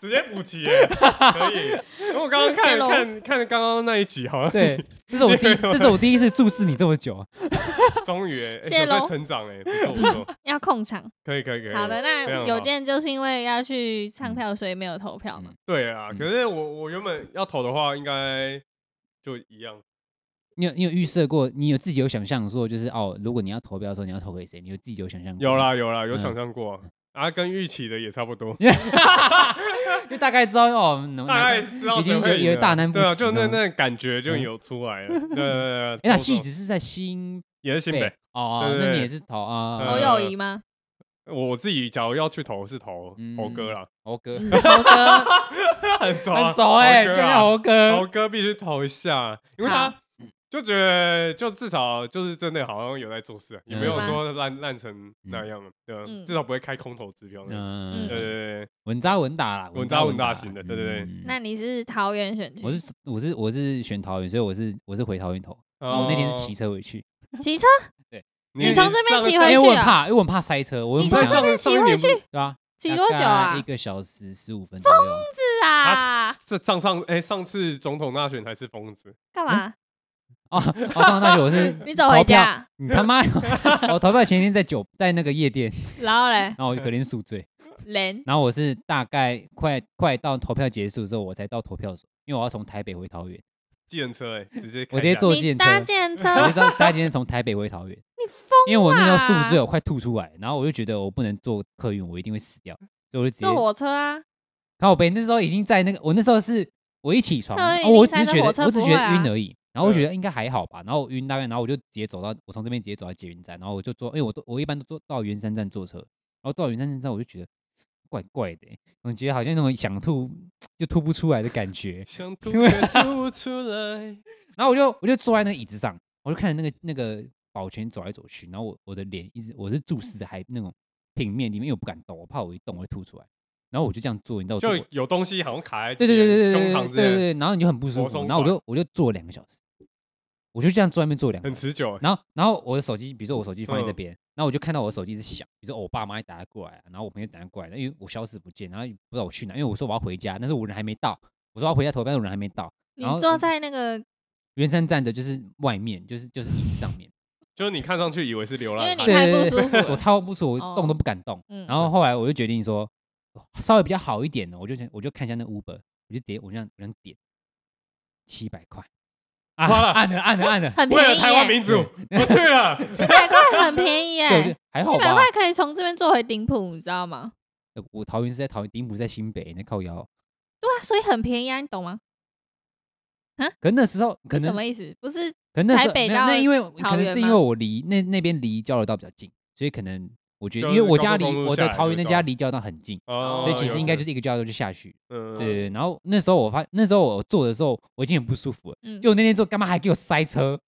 S1: 直接补齐耶，可以。因为我刚刚看
S4: 谢喽
S1: 看看刚刚那一集，好像
S3: 对，这是我第一，这是我第一次注视你这么久啊。
S1: 终于耶
S4: 谢
S1: 哎有在
S4: 喽
S1: 成长哎，不错不错，
S4: 要控场。
S1: 可以可以可以。
S4: 好的，
S1: 非常
S4: 那
S1: 好嗯
S4: 有件就是因为要去唱票，所以没有投票嘛。
S1: 对啊，
S3: 嗯
S1: 可是我我原本要投的话，应该就一样。
S3: 你有你有预设过，你有自己有想象说，就是哦，如果你要投票的时候，你要投给谁？你有自己有想象过？
S1: 有，啦有啦，有
S3: 嗯
S1: 想象过啊啊，跟预期的也差不多，
S3: 就大概知道哦，哪
S1: 大概
S3: 哪
S1: 知道
S3: 已
S1: 谁
S3: 经
S1: 会
S3: 有有
S1: 赢了
S3: 大难不
S1: 对啊，
S3: 死
S1: 就那
S3: 了
S1: 那感觉就有出来了。对对对，
S3: 哎，那
S1: 差不多
S3: 戏只是在新
S1: 也是新
S3: 北
S1: 北，
S3: 哦，
S1: 对对
S3: 那你
S1: 对
S3: 也是投啊？
S1: 对
S4: 侯
S1: 呃
S4: 友谊吗？
S1: 我自己假如要去投是投
S3: 嗯
S1: 猴哥啦，
S3: 猴哥，
S4: 嗯 猴哥，
S1: 很熟啊
S3: 很熟哎，
S1: 猴
S3: 就
S1: 哥啊
S3: 叫猴
S1: 猴
S3: 哥。
S1: 哥必须投一下，因为
S4: 好
S1: 他就觉得就至少就是真的好像有在做事啊，也没有说烂烂成那样啊，对啊
S4: 嗯
S1: 至少不会开空头支票那种。对对
S3: 嗯，
S1: 对对，
S3: 稳扎稳打啦，
S1: 稳扎稳打
S3: 啦
S1: 型的对对对
S3: 嗯
S4: 那你是桃园选区？
S3: 我是我是我是选桃园，所以我是我是回桃园投。
S1: 哦
S3: 我那天是骑车回去，哎
S4: 骑车，
S1: 你
S4: 你从这边骑
S3: 因
S4: 回
S3: 为
S4: 去
S3: 我很
S4: 啊
S3: 怕，因为我很怕塞车，我很
S4: 你
S3: 不
S4: 从
S3: 想
S4: 这
S3: 要
S4: 边骑回去，
S3: 对啊，
S4: 骑
S3: 大
S4: 多久
S3: 概
S4: 啊
S3: 一？个小时十五分钟左右。
S4: 是啊
S1: 他，这上上哎、上次总统大选才是疯子，
S4: 干嘛？
S3: 哦，哦，上大学我是
S4: 你走回
S3: 投票
S4: 家，
S3: 你他妈！我投票前一天在酒在那个夜店，
S4: 然后嘞，
S3: 然后我隔天宿醉，
S4: 人
S3: 然后我是大概快快到投票结束之后，我才到投票所，因为我要从台北回桃园，
S1: 计程车哎、直接
S3: 我直接坐计
S4: 你
S3: 程
S4: 搭
S3: 车，
S4: 建车，
S3: 我就知道大家今天从台北回桃园，
S4: 你疯
S3: 因为我那时候
S4: 啦
S3: 宿醉，我快吐出来，然后我就觉得我不能坐客运，我一定会死掉，所以我就直接
S4: 坐火车啊？
S3: 靠北。那时候已经在那个，我那时候是我一起床，
S4: 客运
S3: 哦我
S4: 一
S3: 只
S4: 开
S3: 是
S4: 车
S3: 觉
S4: 火
S3: 得
S4: 车
S3: 我只
S4: 不
S3: 觉
S4: 会
S3: 得晕
S4: 啊
S3: 而已，然后我
S1: 对
S3: 觉得应该还好吧，然后我晕大概，然后我就直接走到我从这边直接走到捷运站，然后我就坐，因为我都我一般都坐到圆山站坐车，然后到圆山站之后我就觉得怪怪的欸、我觉得好像那种想吐就吐不出来的感觉，
S1: 想吐也吐不出来，
S3: 然后我就我就坐在那个椅子上，我就看着那个那个保全走来走去，然后我我的脸一直我是注
S1: 嗯
S3: 视着海那种平面里面，因为我不敢动，我怕我一动我会吐出来。然后我就这样做，你 知道我
S1: 就
S3: 我
S1: 有东西好像卡在
S3: 对对对对
S1: 胸
S3: 对
S1: 膛
S3: 对
S1: 之
S3: 对
S1: 类的，
S3: 对，然后你就很不舒
S1: 活
S3: 服，
S1: 松
S3: 然后我
S1: 垮
S3: 就我就坐了两个小时，我就这样坐在那边坐两个
S1: 很
S3: 小时，
S1: 持久、哎
S3: 然后然后我的手机，比如说我手机放在这
S1: 嗯
S3: 边，然后我就看到我的手机是响，比如说哦我爸妈打过来啊，然后我朋友打过来，因为我消失不见，然后也不知道我去哪，因为我说我要回家，但是我人还没到，我说要回家投票，但是我人还没到，
S4: 你
S3: 然后
S4: 坐在那个，
S3: 圆山站的就是外面，就是就是椅子上面，
S1: 就是你看上去以为是流浪
S4: 因为
S1: 汉
S4: 你，太不
S3: 对对
S4: 舒服
S3: 我
S4: 了。
S3: 超不舒服，我动都
S4: 哦
S3: 不敢动。
S4: 嗯
S3: 然后后来我就决定说，稍微比较好一点的，我就想我就看一下那 Uber，我就点我这样我这样点七百块，啊
S1: 花了
S3: 按了按了按了，
S4: 很
S1: 为
S4: 便
S1: 了
S4: 宜
S1: 啊台湾
S4: 耶，
S1: 民 主，我去了，
S4: 七百块很便宜
S3: 对，我
S4: 耶
S3: 就，还好
S4: 七百
S3: 吧。
S4: 块可以从这边坐回顶埔，你知道吗？
S3: 呃我桃园是在桃园，顶埔在新北，那靠腰。
S4: 对啊，所以很便宜啊，你懂吗？
S3: 可那时候可
S4: 是什
S3: 能
S4: 么意思？不是
S3: 可那时
S4: 台
S3: 候
S4: 北
S3: 没有
S4: 到
S3: 那因为
S4: 桃
S3: 可能
S4: 园
S3: 是因
S4: 吗
S3: 为我离那那边离交流道比较近，所以可能我觉得
S1: 就
S3: 因为
S1: 是
S3: 我
S1: 高
S3: 家
S1: 速
S3: 离
S1: 公路
S3: 我
S1: 下
S3: 的
S1: 来
S3: 桃
S1: 就
S3: 园那
S1: 到
S3: 家
S1: 了
S3: 离交流道很近，
S1: 哦
S3: 所以其
S1: 有
S3: 实应该
S1: 可
S3: 就是一个交流道就下去。
S1: 能嗯，
S3: 对，然后那时候我发，那时候我坐的时候，我已经很不舒服了。
S4: 嗯
S3: 就我那天坐，干嘛还给我塞车？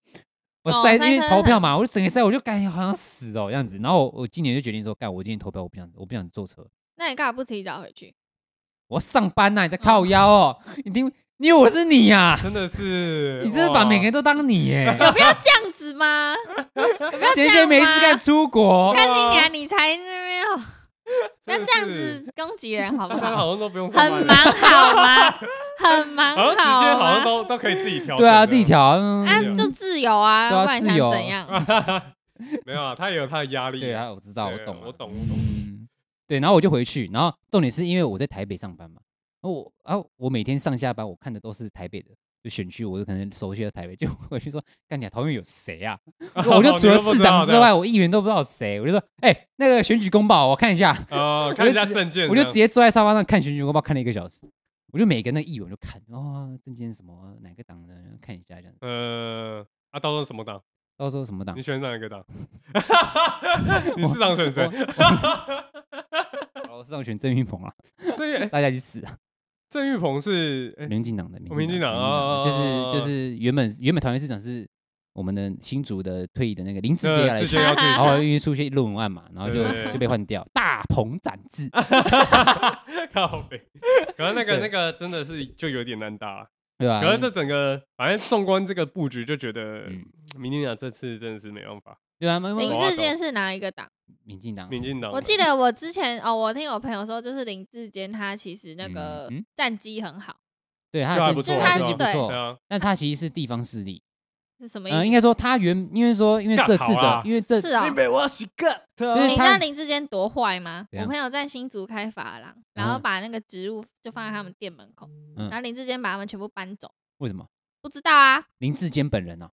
S3: 我
S4: 哦
S3: 塞，
S4: 塞
S3: 因
S4: 车
S3: 为投票
S4: 很
S3: 嘛，我就整个塞，我就感觉好像死哦这样子。然后我我今年就决定说，干，我今年投票，我不想，我不想坐车，
S4: 那你干嘛不提早回去？
S3: 我要上班呐、你在靠腰哦，你听，你以为我是你呀、
S1: 真的是，
S3: 你真的把
S1: 哇
S3: 每个人都当你耶、
S4: 有必要这样子吗？ 有必要这
S3: 闲
S4: 样
S3: 闲没事
S4: 吗
S3: 干，哦出国，
S4: 干你娘！你才那边哦，不要
S1: 真的
S4: 这样
S1: 是
S4: 子攻击人好 不
S1: 大家
S4: 好？
S1: 好像都不用上班了
S4: 很忙，好 吗？很忙
S1: 好像时间好像
S4: 吗？
S1: 都都可以自己调整的，
S3: 对啊，自己调，嗯
S4: 啊，
S1: 嗯
S4: 就自由啊，
S3: 对啊
S4: 不然你
S3: 自
S4: 想
S3: 由
S4: 怎样？
S1: 没有啊，他也有他的压力，
S3: 对 啊，我知道，我
S1: 对
S3: 懂啊，
S1: 我懂我懂
S3: 嗯，对，然后我就回去，然后重点是因为我在台北上班嘛，然后我啊，我每天上下班我看的都是台北的，就选区，我就可能熟悉的台北，就回去说，干你、啊、桃园有谁 啊？我就除
S1: 哦
S3: 了市长之外，我议员都不知道有谁，我就说，哎、那个选举公报我看一下，
S1: 啊，看一下
S3: 我就直
S1: 证件，
S3: 我就直接坐在沙发上看选举公报，看了一个小时。我就每个那个议员我就看，哦，证件什么哪个党的，看一下这样子，
S1: 呃，啊，到时候什么党？
S3: 到时候什么党
S1: 你，选哪一个 党？你市长选谁？
S3: 我哦市长选郑玉鹏啊，
S1: 郑玉哎
S3: 大家去死啊！
S1: 郑玉鹏是 哎
S3: 民进党的，
S1: 哦
S3: 民
S1: 民进党
S3: 党
S1: 哦
S3: 就是就是原本原本桃园市长是我们的新竹的退役的那个林志
S1: 呃
S3: 杰来
S1: 志
S3: 选，
S1: 坚要去
S3: 然后因为出现论文案嘛，然后就
S1: 对对对
S3: 就被换掉，大鹏展翅，
S1: 靠北，可是那个
S3: 对
S1: 那个真的是就有点难打，
S3: 对吧？
S1: 可是这整个反正纵观这个布局，就觉得
S3: 嗯
S1: 民进党这次真的是没办法，
S3: 对啊，因为
S4: 林
S1: 哦
S4: 志坚是哪一个党？
S3: 民进党
S1: 民进党，
S4: 我记得我之前哦，我听我朋友说，就是林志坚他其实那个
S3: 嗯嗯
S4: 战绩很好，
S3: 对他
S1: 这还
S3: 的
S1: 不
S3: 政
S1: 错
S3: 他
S1: 这
S3: 自
S1: 还
S3: 己
S1: 不
S3: 不
S4: 错
S1: 对
S3: 错，
S1: 啊，
S3: 但他其实是地方势力。
S4: 是什么意思？
S3: 嗯，应该说他原因为说因为这次
S1: 尬好啦
S3: 的因为这
S4: 是啊、
S1: 被我洗个，
S3: 就是
S4: 哦你知
S3: 他
S4: 道林志坚多坏吗？
S3: 怎
S4: 我
S3: 样
S4: 朋友在新竹开发廊，然后
S3: 嗯
S4: 把那个植物就放在他们店门口，
S3: 嗯
S4: 然后林志坚把他们全部搬走。
S3: 为什么
S4: 不知道啊，
S3: 林志坚本人啊？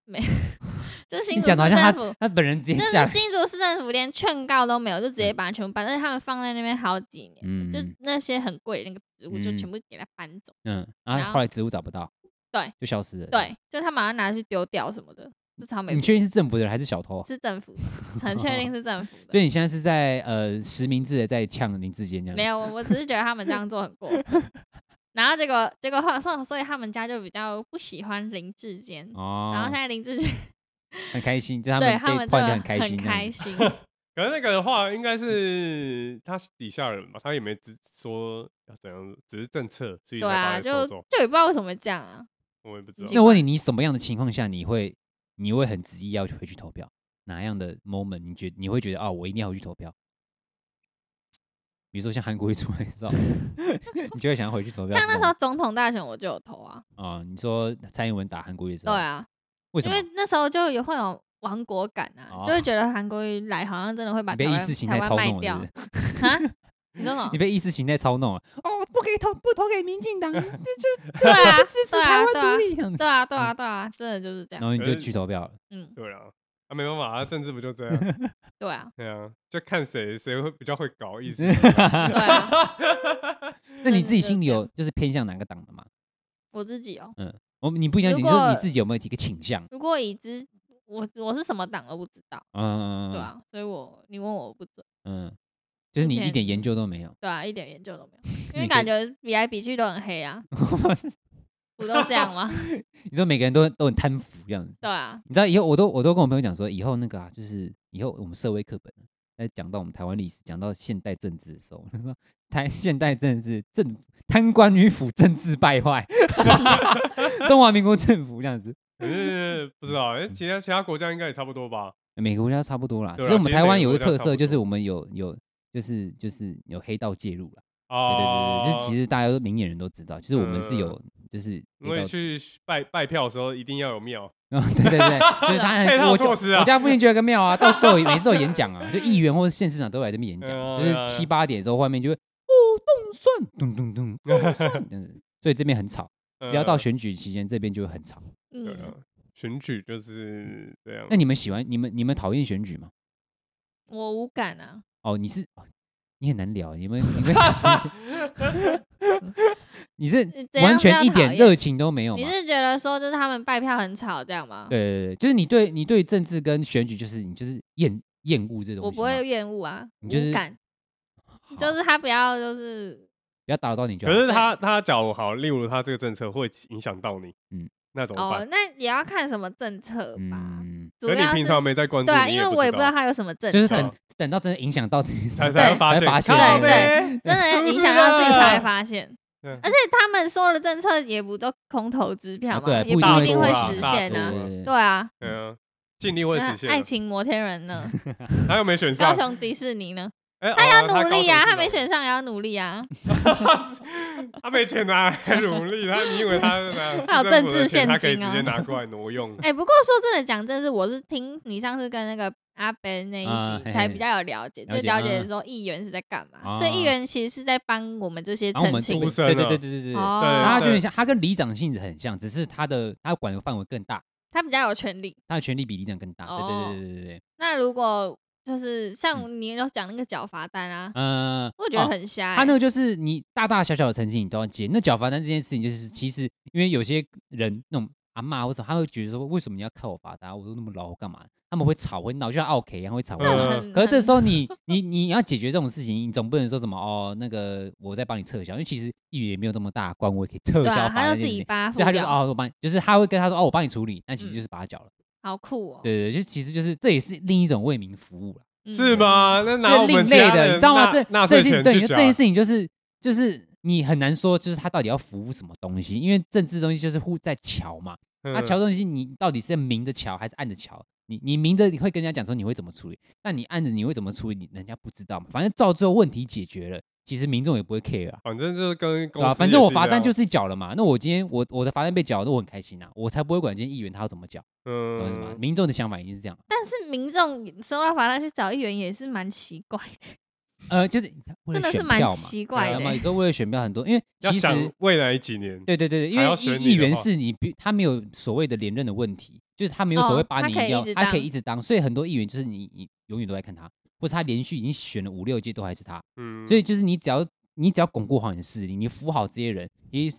S4: 就是
S3: 你
S4: 新竹
S3: 讲
S4: 市
S3: 的好像
S4: 政府
S3: 他，他本人直接
S4: 就
S3: 下
S4: 是
S3: 来，
S4: 新竹市政府连劝告都没有，就直接把它全部搬，而且他们放在那边好几年，
S3: 嗯
S4: 就那些很贵的那个植物就
S3: 嗯
S4: 全部给它搬走。
S3: 嗯，然
S4: 然
S3: 后
S4: 后
S3: 后来植物找不到，
S4: 对，
S3: 就消失了。，
S4: 对，就他马上拿去丢掉什么的，这超美
S3: 你。确定是政府的人还是小偷啊？
S4: 是 政府的，很确定是政府
S3: 所
S4: 的。
S3: 以你现在是在呃实名制的在呛林志坚这样？
S4: 没，有，我我只是觉得他们这样做很过分。 然后结果结果后，所以所以他们家就比较不喜欢林志坚。
S3: 哦，
S4: 然后现在林志坚
S3: 很开心，就他
S4: 对
S3: 们
S4: 他
S3: 被
S4: 们
S3: 换的
S4: 就
S3: 很开心这样
S4: 开
S3: 子，
S4: 心，
S1: 可是那个的话，应该是他是底下人吧，他也没只说要怎样，只是政策，所以
S4: 对
S1: 才
S4: 啊，
S1: 把他
S4: 就
S1: 收走。
S4: 就也不知道为什么会这样啊。
S1: 我也不知道，
S3: 那我问你，你什么样的情况下你会你会很执意要回去投票？哪样的 moment 你觉你会觉得哦，我一定要回去投票？比如说像韩国一出来的时 候，你就会想要回去投票
S4: 像
S3: 什么的。
S4: 那时候总统大选我就有投啊，
S3: 啊、你说蔡英文打韩国瑜的时
S4: 对
S3: 候，，
S4: 啊，
S3: 为什
S4: 因
S3: 么
S4: 为？那时候就有会有亡国感啊，
S3: 哦
S4: 就会觉得韩国瑜来好像真的会把
S3: 你被
S4: 台
S3: 意
S4: 湾
S3: 识形
S4: 台
S3: 态
S4: 湾
S3: 操
S4: 卖
S3: 弄
S4: 掉
S3: 了是不是，
S4: 啊？ 你说什么
S3: 你？被意识形态操 弄了。哦，不可以投，不投给民进党，就就
S4: 对 啊
S3: 不支持
S4: 对啊
S3: 台湾
S4: 对啊
S3: 独立这样子
S4: 对啊，对啊，对啊，真的就是这
S3: 然
S4: 样。
S3: 后你
S1: 可
S3: 就是去投票了。
S4: 嗯，
S1: 对啊，啊没办法，啊政治不就这样？
S4: 对啊，
S1: 对啊，就看谁谁会比较会搞 意思。
S4: 对啊，
S3: 那你
S4: 真的
S3: 自己
S4: 是
S3: 心里
S4: 这样
S3: 有就是偏向哪个党的吗？
S4: 我自己哦，
S3: 我你不一定要
S4: 如
S3: 讲，就是
S4: 果
S3: 你自己有没有几个倾向？
S4: 如果已知我我是什么党都不知道，
S3: 嗯，
S4: 对，啊，所以我你问我我不准，
S3: 嗯，就是
S4: 之
S3: 你一
S4: 前
S3: 点研究都没有。
S4: 对啊，一点研究都没有，因
S3: 你
S4: 为
S3: 可以
S4: 感觉比来比去都很黑 啊，不都这样吗？
S3: 你说每个人都都很贪腐这样子，
S4: 对啊，
S3: 你知道以后我都我都跟我朋友讲说，以后那个啊，就是以后我们社会课本在讲到我们台湾历史，讲到现代政治的时候，他说台现代政治政贪官迂腐，政治败 坏，中华民国政府这样子，
S1: 可是不知道，哎，其他其他国家应该也差不多吧？
S3: 哎每个国家差不多啦。只
S1: 对啊
S3: 是我们
S1: 其实
S3: 台湾
S1: 每个
S3: 有个
S1: 国家
S3: 特
S1: 差
S3: 色，
S1: 不
S3: 就是
S1: 多
S3: 我们有有就是就是有黑道介入了。对
S1: 啊，
S3: 对对，就是其实大家都明眼人都知道，其实我们是有就是
S1: 嗯因
S3: 黑
S1: 为
S3: 道
S1: 去拜拜票的时候一定要有庙，
S3: 啊， 对对对，就 是他
S1: 配
S3: 很
S1: 套
S3: 我
S1: 措
S3: 就
S1: 施啊
S3: 我家附近就有一个庙啊，到处都有每次都有演讲啊，就议员或者县市长都来这边演讲，
S1: 嗯
S3: 就是
S1: 嗯
S3: 七
S1: 嗯
S3: 八点的时候，外面就会哦动算咚咚咚哦 动算这样子，所以这边很吵，只要到
S1: 嗯
S3: 选举期间，这边就会很吵。
S1: 对
S4: 嗯
S1: 啊，选举就是这样
S3: 那。你们喜欢你们你们讨厌选举吗？
S4: 我无感啊，
S3: 哦，你是哦你很难聊，你们你们， 你是
S4: 呃怎
S3: 完
S4: 样
S3: 全
S4: 叫
S3: 一
S4: 讨
S3: 点
S4: 厌
S3: 热情都没有吗
S4: 你？是觉得说就是他们拜票很吵这样吗？
S3: 对对对，就是你对你对政治跟选举，就是你就是厌厌恶这种，
S4: 我不会厌恶啊，
S3: 你就是
S4: 无感，
S3: 好，
S4: 就是他不要就是
S3: 不要打扰到你就
S1: 可
S3: 好。
S1: 是他他假如好，例如他这个政策会影响到你，
S3: 嗯
S1: 嗯，那怎么
S4: 哦
S1: 办？，
S4: 那也要看什么政策吧。
S3: 嗯，
S4: 主
S1: 可是
S4: 要
S1: 你平
S4: 是
S1: 常没在关注，
S4: 对啊，
S1: 你
S4: 因为我也不知道
S1: 道
S4: 他有什么政
S3: 就是
S4: 策，
S3: 等等到真的影响到自己
S1: 才
S3: 才
S1: 才会发
S3: 才发
S1: 现，
S3: 现，
S1: 靠
S4: 对
S1: 北
S4: 对 真的影响到自己才会发现。
S1: 啊嗯
S4: 而且他们说的政策也不都空头支票
S3: 啊
S4: 嘛，
S3: 对
S4: 也
S3: 不
S4: 一
S3: 一定
S4: 定
S3: 会
S4: 会
S3: 实
S4: 实现
S1: 现
S4: 啊
S1: 大。多啊
S3: 对
S4: 对
S1: 对
S4: 啊，
S1: 啊，尽力会
S4: 那
S1: 实现
S4: 爱
S1: 啊。
S4: 情摩天轮 呢？
S1: 他又没选上
S4: 高，雄迪士尼呢？
S1: 哦他
S4: 他要努力啊，他没，选上也要努 力啊。
S1: 他没钱拿来努力，他你以为他拿
S4: 他有
S1: 市政府的
S4: 政治
S1: 钱他
S4: 现
S1: 可以
S4: 金
S1: 直
S4: 啊
S1: 接拿过来挪用？
S4: 哎，不过说真的，讲政治，我是听你上次跟那个阿北那
S3: 啊
S4: 一
S3: 嘿
S4: 集才
S3: 嘿
S4: 比较有了解，就
S3: 了解
S4: 了解
S3: 嗯
S4: 说议员是在干嘛。
S3: 啊
S4: 所以议员其实是在帮我们这些
S3: 然后我
S4: 澄
S3: 们
S4: 清
S1: 这出个。生
S3: 对对
S1: 了
S3: 对对对啊对对，然后
S4: 哦，
S3: 他
S1: 对
S3: 就很像，他跟里长性质很像，只是他的他管的范围更大，
S4: 他比较有权利。
S3: 他的权力比里长更大。对
S4: 哦
S3: 对对对对对，
S4: 那如果就是像你有讲那个缴罚单啊，
S3: 嗯，
S4: 我觉得
S3: 哦
S4: 很瞎欸、
S3: 他那个就是你大大小小的成绩你都要接。那缴罚单这件事情，就是其实因为有些人那种阿嬷或者他会觉得说，为什么你要看我罚单？我都那么老，我干嘛？他们会吵，会闹，就像 OK 一样会吵。会
S1: 嗯
S3: 闹。
S4: 这很
S3: 可是这时
S4: 候
S3: 候你你你要解决这种事情，你总不能说什么哦，那个我在帮你撤销，因为其实议员也没有这么大的官威可以撤
S4: 对
S3: 销罚
S4: 啊，他
S3: 单这件
S4: 就自
S3: 事
S4: 己
S3: 情
S4: 把它付
S3: 所以他就
S4: 掉，
S3: 哦，我帮你，就是他会跟他说哦，我帮你处理，但其实
S4: 嗯
S3: 就是把他缴了。
S4: 好酷哦，
S3: 对对，对就其实就是这也是另一种为民服务了，
S4: 嗯
S1: 是？吗？那拿
S3: 就
S1: 我
S3: 另
S1: 们
S3: 类
S1: 其他
S3: 的，
S1: 人
S3: 你知道吗？
S1: 纳
S3: 这
S1: 纳
S3: 这
S1: 税
S3: 些
S1: 钱
S3: 对
S1: 去
S3: 这
S1: 缴啊
S3: 件事情就是就是你很难说，就是他到底要服务什么东西，因为政治东西就是互在瞧嘛，啊，
S1: 嗯
S3: 瞧东西你到底是明着瞧还是暗着瞧？你你明着你会跟人家讲说你会怎么处理，但你暗着你会怎么处理，你人家不知道嘛。反正照最后问题解决了，其实民众也不会 care 啊。
S1: 反正就是跟公
S3: 对啊，
S1: 司，
S3: 反正我罚单就是是缴了嘛。那我今天我我的罚单被缴了，那我很开心啊，我才不会管今天议员他要怎么缴，
S1: 这
S3: 懂
S1: 样
S3: 我意思吗？
S1: 嗯，
S3: 民众的想法一定是这样，
S4: 但是民众收到罚单去找议员也是蛮奇怪的，
S3: 呃，就是为了
S4: 真的是
S3: 选
S4: 蛮
S3: 票嘛
S4: 奇怪
S3: 对啊
S4: 的
S3: 嘛。有时候为了选票很多，因为
S1: 要
S3: 其实
S1: 想未来几年，
S3: 对对对对，因
S1: 还
S3: 为
S1: 要选你
S3: 议议
S1: 的
S3: 员
S1: 话
S3: 是你必，他没有所谓的连任的问题，就是他没有所谓
S4: 哦
S3: 把
S4: 他
S3: 你
S4: 可以一
S3: 要，
S4: 直
S3: 他可以
S4: 当
S3: 一直当，所以很多议员就是你你永远都在看他，或是他连续已经选了五六届都还是他，
S1: 嗯，
S3: 所以就是你只要你只要巩固好你的势力，你扶好这些人，其实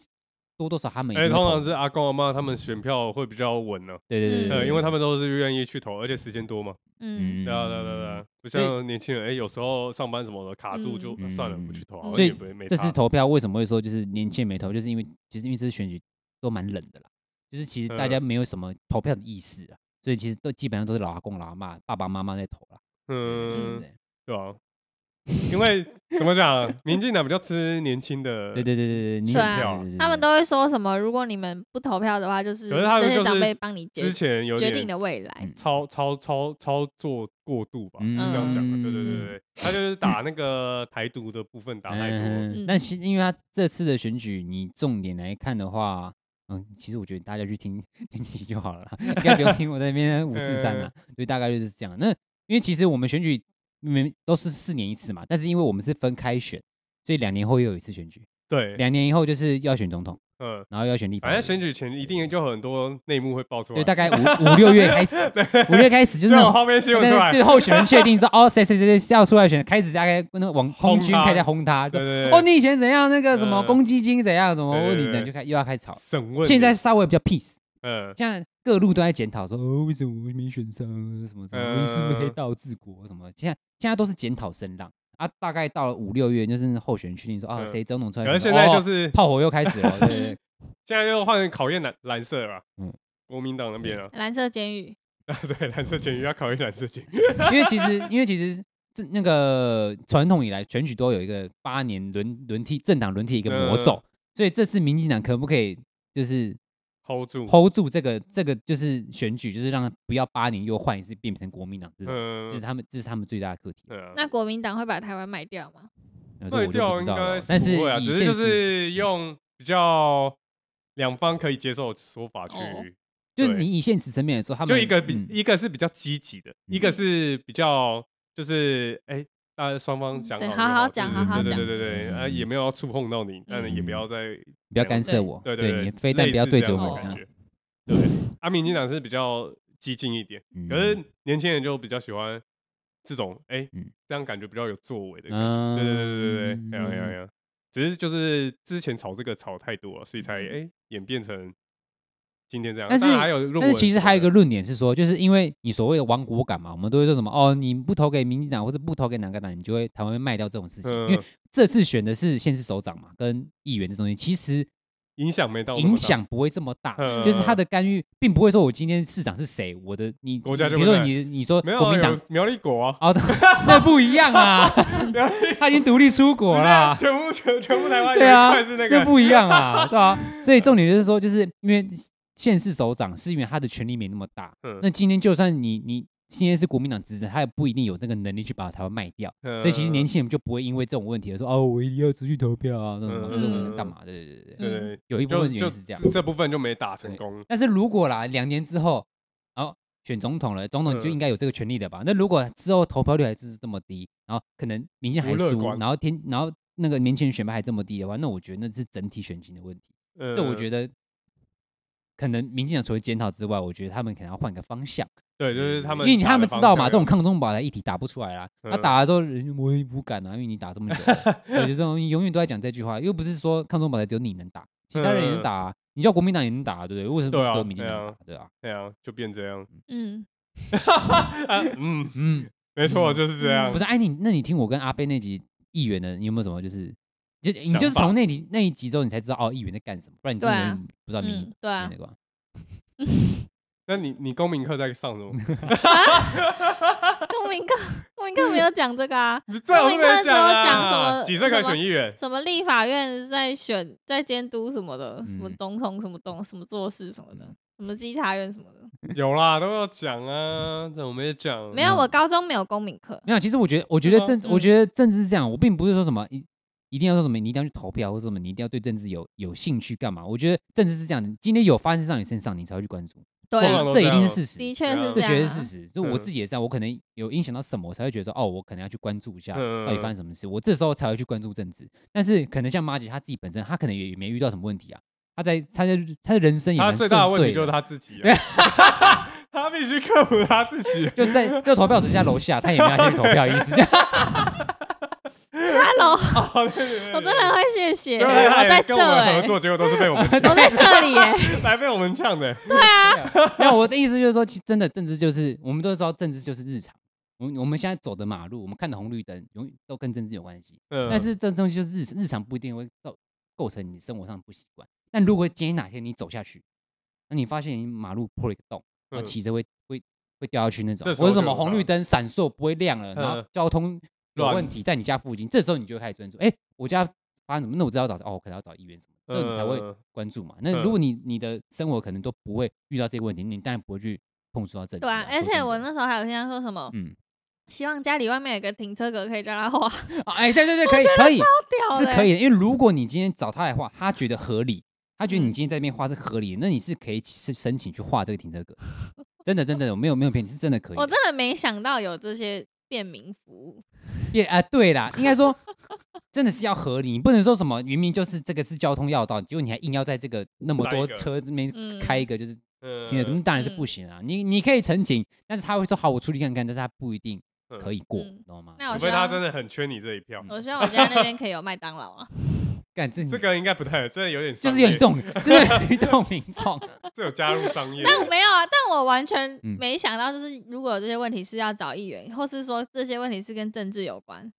S3: 多多少少他们也
S1: 哎，
S3: 会
S1: 通
S3: 投
S1: 常是阿公阿妈他们选票会比较稳呢，
S3: 对对对
S4: 嗯
S3: 对
S1: 呃，
S3: 对，
S1: 因为他们都是愿意去投，而且时间多嘛。
S4: 嗯，
S1: 对啊，对啊对啊对啊，不
S3: 所以
S1: 像年轻人，哎，有时候上班什么的卡住就
S3: 嗯
S1: 啊算了，不去投啊，
S4: 嗯
S1: 我
S3: 所以
S1: 也不会没
S3: 这次
S1: 差
S3: 投票为什么会说就是年轻人没投，就是因为就是因为这次选举都蛮冷的啦，就是其
S1: 呃
S3: 实大家没有什么投票的意识啊，所以其实都基本上都是老阿公、老阿妈、爸爸妈妈在投啦。对
S1: 嗯
S3: 对，
S1: 对啊，因为怎么讲，啊民进党比较吃年轻的，
S3: 对对对对对，你
S4: 选
S3: 对
S1: 票啊
S3: 对对
S4: 他们都会说什么？如果你们不投票的话，就是
S1: 可是他们
S4: 这些
S1: 就是
S4: 长辈帮你决
S1: 之前有
S4: 决
S1: 点
S4: 定的未来
S3: 嗯。
S1: 操操操操作过度吧，
S3: 嗯
S1: 是这样讲的。对对对
S4: 嗯
S1: 对，他就是打那个台独的部分打太多了，
S3: 嗯，但其因为他这次的选举，你重点来看的话，嗯，其实我觉得大家去听 听听就好了啦，应该不用听我在那边五四三
S1: 嗯
S3: 啊，对，大概就是这样。那因为其实我们选举明明都是四年一次嘛，但是因为我们是分开选，所以两年后又有一次选举，
S1: 对，
S3: 两年以后就是要选总统，
S1: 嗯，
S3: 然后要选立法委
S1: 反
S3: 员，
S1: 正选举前一定就很多内幕会爆出来，
S3: 对，大概五五六月 开始，五月开始就是
S1: 就
S3: 那
S1: 有
S3: 种
S1: 画面新闻出
S3: 但
S1: 来
S3: 是，对候选人确定之后，哦，谁谁谁谁要出来选，开始大概那个往空
S1: 轰
S3: 军
S1: 他
S3: 开始轰他，
S1: 对对对
S3: 哦，你以前怎样那个什么
S1: 嗯
S3: 公积金怎样什么
S1: 对对
S3: 问
S1: 对
S3: 题怎样，就开又要开始吵。
S1: 审问，
S3: 现在稍微比较 peace，
S1: 嗯，
S3: 现在各路都在检讨说，哦，为什么我没选上啊，什么什么，
S1: 嗯
S3: 是不是黑道治国什么？现在现在都是检讨声浪啊。大概到了五六月，就是候选人确定说，啊，
S1: 嗯
S3: 谁总统出来
S1: 可
S3: 选，
S1: 是现在就
S3: 哦
S1: 是
S3: 炮火又开始了，对对对，
S1: 现在又换成考验蓝蓝色了，
S3: 嗯
S1: 嗯，国民党那边啊，
S4: 蓝色监狱，
S1: 对，蓝
S3: 嗯
S1: 色选举要考验蓝色选举，
S3: 因为其实，因为其实这那个传统以来选举都有一个八年轮轮替政党轮替的一个魔咒，所以这次民进党可不可以就是
S1: ，hold 住，
S3: hold 住这个这个就是选举，就是让不要八年又换一次变成国民党这种，
S1: 嗯
S3: 这是，他们这是他们最大的课题。
S1: 嗯
S4: 那国民党会把台湾卖掉吗？
S3: 那这
S1: 对
S3: 我就不
S1: 调
S3: 知
S1: 应
S3: 道
S1: 该
S3: 了，但
S1: 不
S3: 是
S1: 会啊，
S3: 以
S1: 只是
S3: 现
S1: 就
S3: 实嗯
S1: 是用比较两方可以接受的说法去
S4: 哦，
S3: 就是
S1: 对
S3: 你以现实层面来说，他们
S1: 就一个比、
S3: 嗯
S1: 一个是比较积极的，一个是比较就是哎。大家双方讲
S4: 嗯对
S1: 好就，
S4: 好好讲
S1: 对对
S4: 好
S1: 对
S4: 好
S1: 对
S4: 讲
S1: 对对对，啊，
S3: 嗯
S1: 也没有要触碰到你，但也不要再
S3: 不要干涉我，
S1: 对对，
S3: 你非但不要对着
S1: 类似这样
S3: 我
S1: 的，感
S3: 嗯
S1: 觉。对，啊，民进党是比较激进一点，可是年轻人就比较喜欢这种，哎
S3: 嗯，
S1: 这样感觉比较有作为的感觉。
S3: 嗯，
S1: 对对对对对对，哎呀哎呀哎呀，只是就是之前炒这个炒太多了，所以才哎演变成今天这样。
S3: 嗯但是
S1: 当然还有论文什么的，
S3: 但是其实还有一个论点是说，就是因为你所谓的亡国感嘛，我们都会说什么哦，你不投给民进党或者不投给哪个党，你就会台湾会卖掉这种事情。因为
S1: 嗯
S3: 这次选的是县市首长嘛，跟议员这东西，其实
S1: 影响没到那么大
S3: 影，响不会这么大，
S1: 嗯
S3: 就是他的干预并不会说我今天市长是谁，我的你
S1: 国家就
S3: 比
S1: 不
S3: 如说
S1: 在
S3: 你你说
S1: 没有
S3: 国
S1: 啊
S3: 民党
S1: 有苗栗国啊，
S3: 哦， 那不一 样啊，
S1: 苗栗
S3: 他已经独立出国
S1: 不是
S3: 啦
S1: 啊。全部全全部台湾
S3: 对啊
S1: 有一块是那
S3: 这
S1: 个
S3: 不一 样啊，对啊。所以重点就是说，就是因为县市首长是因为他的权力没那么大，
S1: 嗯
S3: 那今天就算你你今天是国民党执政，他也不一定有那个能力去把台湾卖掉。
S1: 嗯
S3: 所以其实年轻人就不会因为这种问题而说哦，我一定要出去投票啊，那
S1: 嗯
S3: 种那种
S4: 嗯
S3: 干嘛？对对对对
S1: 对
S3: 对，
S1: 对对
S3: 有一部
S1: 就
S3: 分原
S1: 就
S3: 因是这样。
S1: 这部分就没打成功。
S3: 但是如果啦，两年之后，哦，选总统了，总统就
S1: 嗯
S3: 应该有这个权利的吧？那如果之后投票率还是这么低，然后可能民进还
S1: 不乐
S3: 输，
S1: 观
S3: 然后天，然后那个年轻人选票还这么低的话，那我觉得那是整体选情的问题。这我觉
S1: 得
S3: 得，可能民进党除了检讨之外，我觉得他们可能要换个方向，
S1: 对，就是他们
S3: 嗯因为你
S1: 打
S3: 他
S1: 的
S3: 们知
S1: 方
S3: 道嘛，
S1: 向啊
S3: 这种抗中保台议题打不出来啦，他、
S1: 嗯
S3: 打了之后人我也不敢啊，因为你打这么久 了，我觉得这种永远都在讲这句话，又不是说抗中保台只有你能打，其他人也能
S1: 嗯
S3: 打、啊，你叫国民党也能打、啊，对不对？为什么不
S1: 对
S3: 是
S1: 啊
S3: 只有民进
S1: 对
S3: 党
S1: 啊
S3: 打？对啊，
S1: 对啊，就变这样。
S4: 嗯，
S1: 啊 嗯，
S3: 嗯，
S1: 没错，就是这样
S3: 不。是，哎，你那你听我跟阿贝那集议员的，你有没有什么就是？就你
S1: 想
S3: 就是
S1: 法
S3: 从那集那一集之后，你才知道哦，议员在干什么，不然你真
S4: 对啊
S3: 的不知道民意
S4: 嗯对啊
S3: 那个。
S1: 那你你公民课在上 什么？
S4: 公民课公民课没有讲这个啊，
S1: 你最好是没有
S4: 公民课只有
S1: 啊
S4: 讲什么
S1: 几岁可以选议员？
S4: 什么立法院在选在监督什么的，什么
S3: 嗯
S4: 总统什么东什么做事什么的，什么稽查院什么的，
S1: 有啦，都要讲啊，怎么没讲？
S4: 没有，我高中没有公民课，
S3: 没有，其实我觉得，我觉得
S1: 吗
S3: 政，
S4: 嗯
S3: 我觉得政治是这样，我并不是说什么一一定要说什么，你一定要去投票或者什么，你一定要对政治有有兴趣干嘛？我觉得政治是这样的，今天有发生在你身上，你才会去关注，
S4: 对
S1: 通
S4: 啊
S1: 常，都
S3: 这
S1: 这
S3: 一
S1: 样嗯
S3: 定
S1: 啊
S3: 是事实，
S4: 的确
S1: 对
S4: 是
S1: 啊
S3: 这
S4: 这
S3: 绝对
S4: 样
S3: 是事
S4: 啊。
S3: 实。就我自己也是啊，我可能有影响到什么，我才会觉得说，哦，我可能要去关注一下
S1: 嗯
S3: 到底发生什么事，我这时候才会去关注政治。但是可能像马姐她自己本身，她可能也没遇到什么问题啊，她在她在她的人生也
S1: 他
S3: 蛮
S1: 最
S3: 顺
S1: 大的问
S3: 遂
S1: 题就是
S3: 的。
S1: 他自己啊， 他必须克服他自己。
S3: 就在就投票只在楼下，她也没有要去投票的意思。
S4: Hello，
S1: 哦对对对
S4: 我真的会谢谢，
S1: 对对
S4: 我
S1: 对
S4: 在这
S1: 跟我们
S4: 哎
S1: 合，作，结果都是被我 们
S4: 我在这里哎，
S1: 来被我们呛的。
S3: 没有，我的意思就是说，其实真的政治就是我们都知道，政治就是日常。我们我们现在走的马路，我们看的红绿灯，永远都跟政治有关系。
S1: 嗯
S3: 但是这东西就是日日常不一定会构构成你生活上的不习惯。但如果今天哪天你走下去，那你发现你马路破了一个洞，然后
S4: 呃
S1: 嗯
S3: 骑着会会会掉下去那种
S1: 这，时
S3: 或
S1: 候
S3: 者什
S1: 就
S3: 么
S1: 有
S3: 红
S1: 差
S3: 绿灯闪烁不会亮了，然后
S4: 呃
S1: 嗯
S3: 交通有
S1: 乱
S3: 问题在你家附近，这时候你就会开始专注。哎，我家发生什么？那我知道找哦，我可能要找医院什么，这你才会
S4: 呃
S1: 嗯
S3: 关注嘛。那如果你你的生活可能都不会遇到这个问题，你当然不会去碰触到这。
S4: 对啊，而且我那时候还有听他说什么，
S3: 嗯
S4: 希望家里外面有个停车格可以叫他画
S3: 啊哎，对对对，可以可以
S4: 掉
S3: 是
S4: 的
S3: 可
S4: 欸
S3: 以的，因为如果你今天找他来画，他觉得合理，他觉得你
S4: 嗯
S3: 今天在那边画是合理的，那你是可以申申请去画这个停车格。真的真的，我没有没有骗你，是真的可以的。
S4: 我真的没想到有这些便民服务，
S3: 也啊、对啦，应该说真的是要合理，你不能说什么明明就是这个是交通要道，结果你还硬要在这个那么
S1: 塞
S3: 多
S1: 一个
S3: 车那边
S4: 嗯
S3: 开一个就是
S1: 嗯
S3: 停车格，那当然是
S4: 嗯
S3: 不行啊。你你可以申请，但是他会说好，我处理看看，但是他不一定可
S1: 以，
S3: 以过，
S4: 嗯
S3: 你懂吗？
S4: 那我
S1: 除
S4: 希
S1: 非他真
S4: 望
S1: 的很缺你这一
S3: 嗯
S1: 票。
S4: 我希望我家那边可以有麦当劳 啊，
S3: 干这
S1: 这个应该不太，这有点
S3: 就
S1: 商
S3: 是有
S1: 业
S3: 一，种 就是有一种民众，
S1: 这有加入商业。
S4: 但没有啊，但我完全
S3: 嗯
S4: 没想到，就是如果有这些问题是要找议员，或是说这些问题是跟政治有关，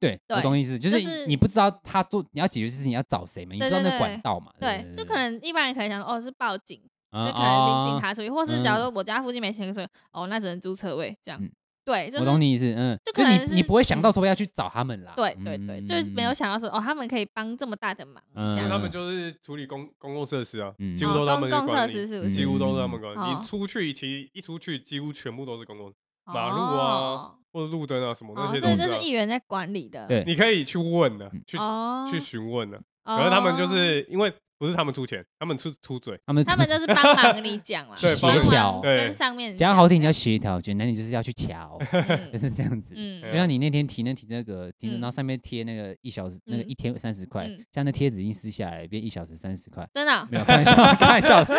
S3: 对，我
S4: 对
S3: 懂意思，就
S4: 就是是
S3: 你不知道他做你要解决事情你要找谁嘛，你不
S4: 对
S3: 知道
S4: 对
S3: 那管
S4: 对
S3: 道嘛，
S4: 对，就可能一般人可能想说，哦，是报警，
S3: 就
S4: 就可能请警
S3: 察，
S4: 察处理，或是假如说我家附近没停车，哦，那只能租车位这样
S3: 嗯。
S4: 对，就
S3: 我
S4: 是
S3: 懂你意思，嗯，
S4: 就
S3: 就
S4: 可能
S3: 你你
S4: 是嗯
S3: 不会想到说要去找他们啦，
S4: 对对对，就是没有想到说哦，他们可以帮这么大的忙，
S3: 嗯
S1: 因为
S4: 这
S1: 他
S4: 样
S1: 们就是处理公公共设施啊
S3: 嗯，
S1: 几乎都是他们的
S4: 哦公共
S1: 管理
S4: 设施是不
S3: 是
S1: 几乎都是他们管理。
S4: 嗯
S1: 你出去，其实一出去几乎全部都是公共马路啊
S4: 哦，
S1: 或者路灯啊什么那
S4: 哦，
S1: 些
S4: 所以
S1: 东西
S4: 这
S1: 啊
S4: 是议。员在管理的，
S3: 对
S1: 你可以去问的，
S3: 嗯
S1: 去
S4: 哦，
S1: 去询问的。
S4: 哦，
S1: 可是他们就是因为不是他们出钱，他们出出嘴，
S3: 他们
S4: 他们就是帮忙你讲了，
S3: 对
S4: 帮
S3: 协调
S4: 忙
S1: 对
S4: 跟上面
S3: 讲好听你要协调，简单点就是要去瞧， 就
S4: 嗯
S3: 是这样子。
S4: 嗯
S3: 就像你那天提那提这个提的，
S4: 嗯
S3: 然后上面贴那个一小时，那个
S4: 嗯
S3: 一天三十块
S4: 嗯，
S3: 像那贴纸已经撕下来变一小时三十 块，
S4: 真的
S3: 没有开玩笑，开玩 笑的，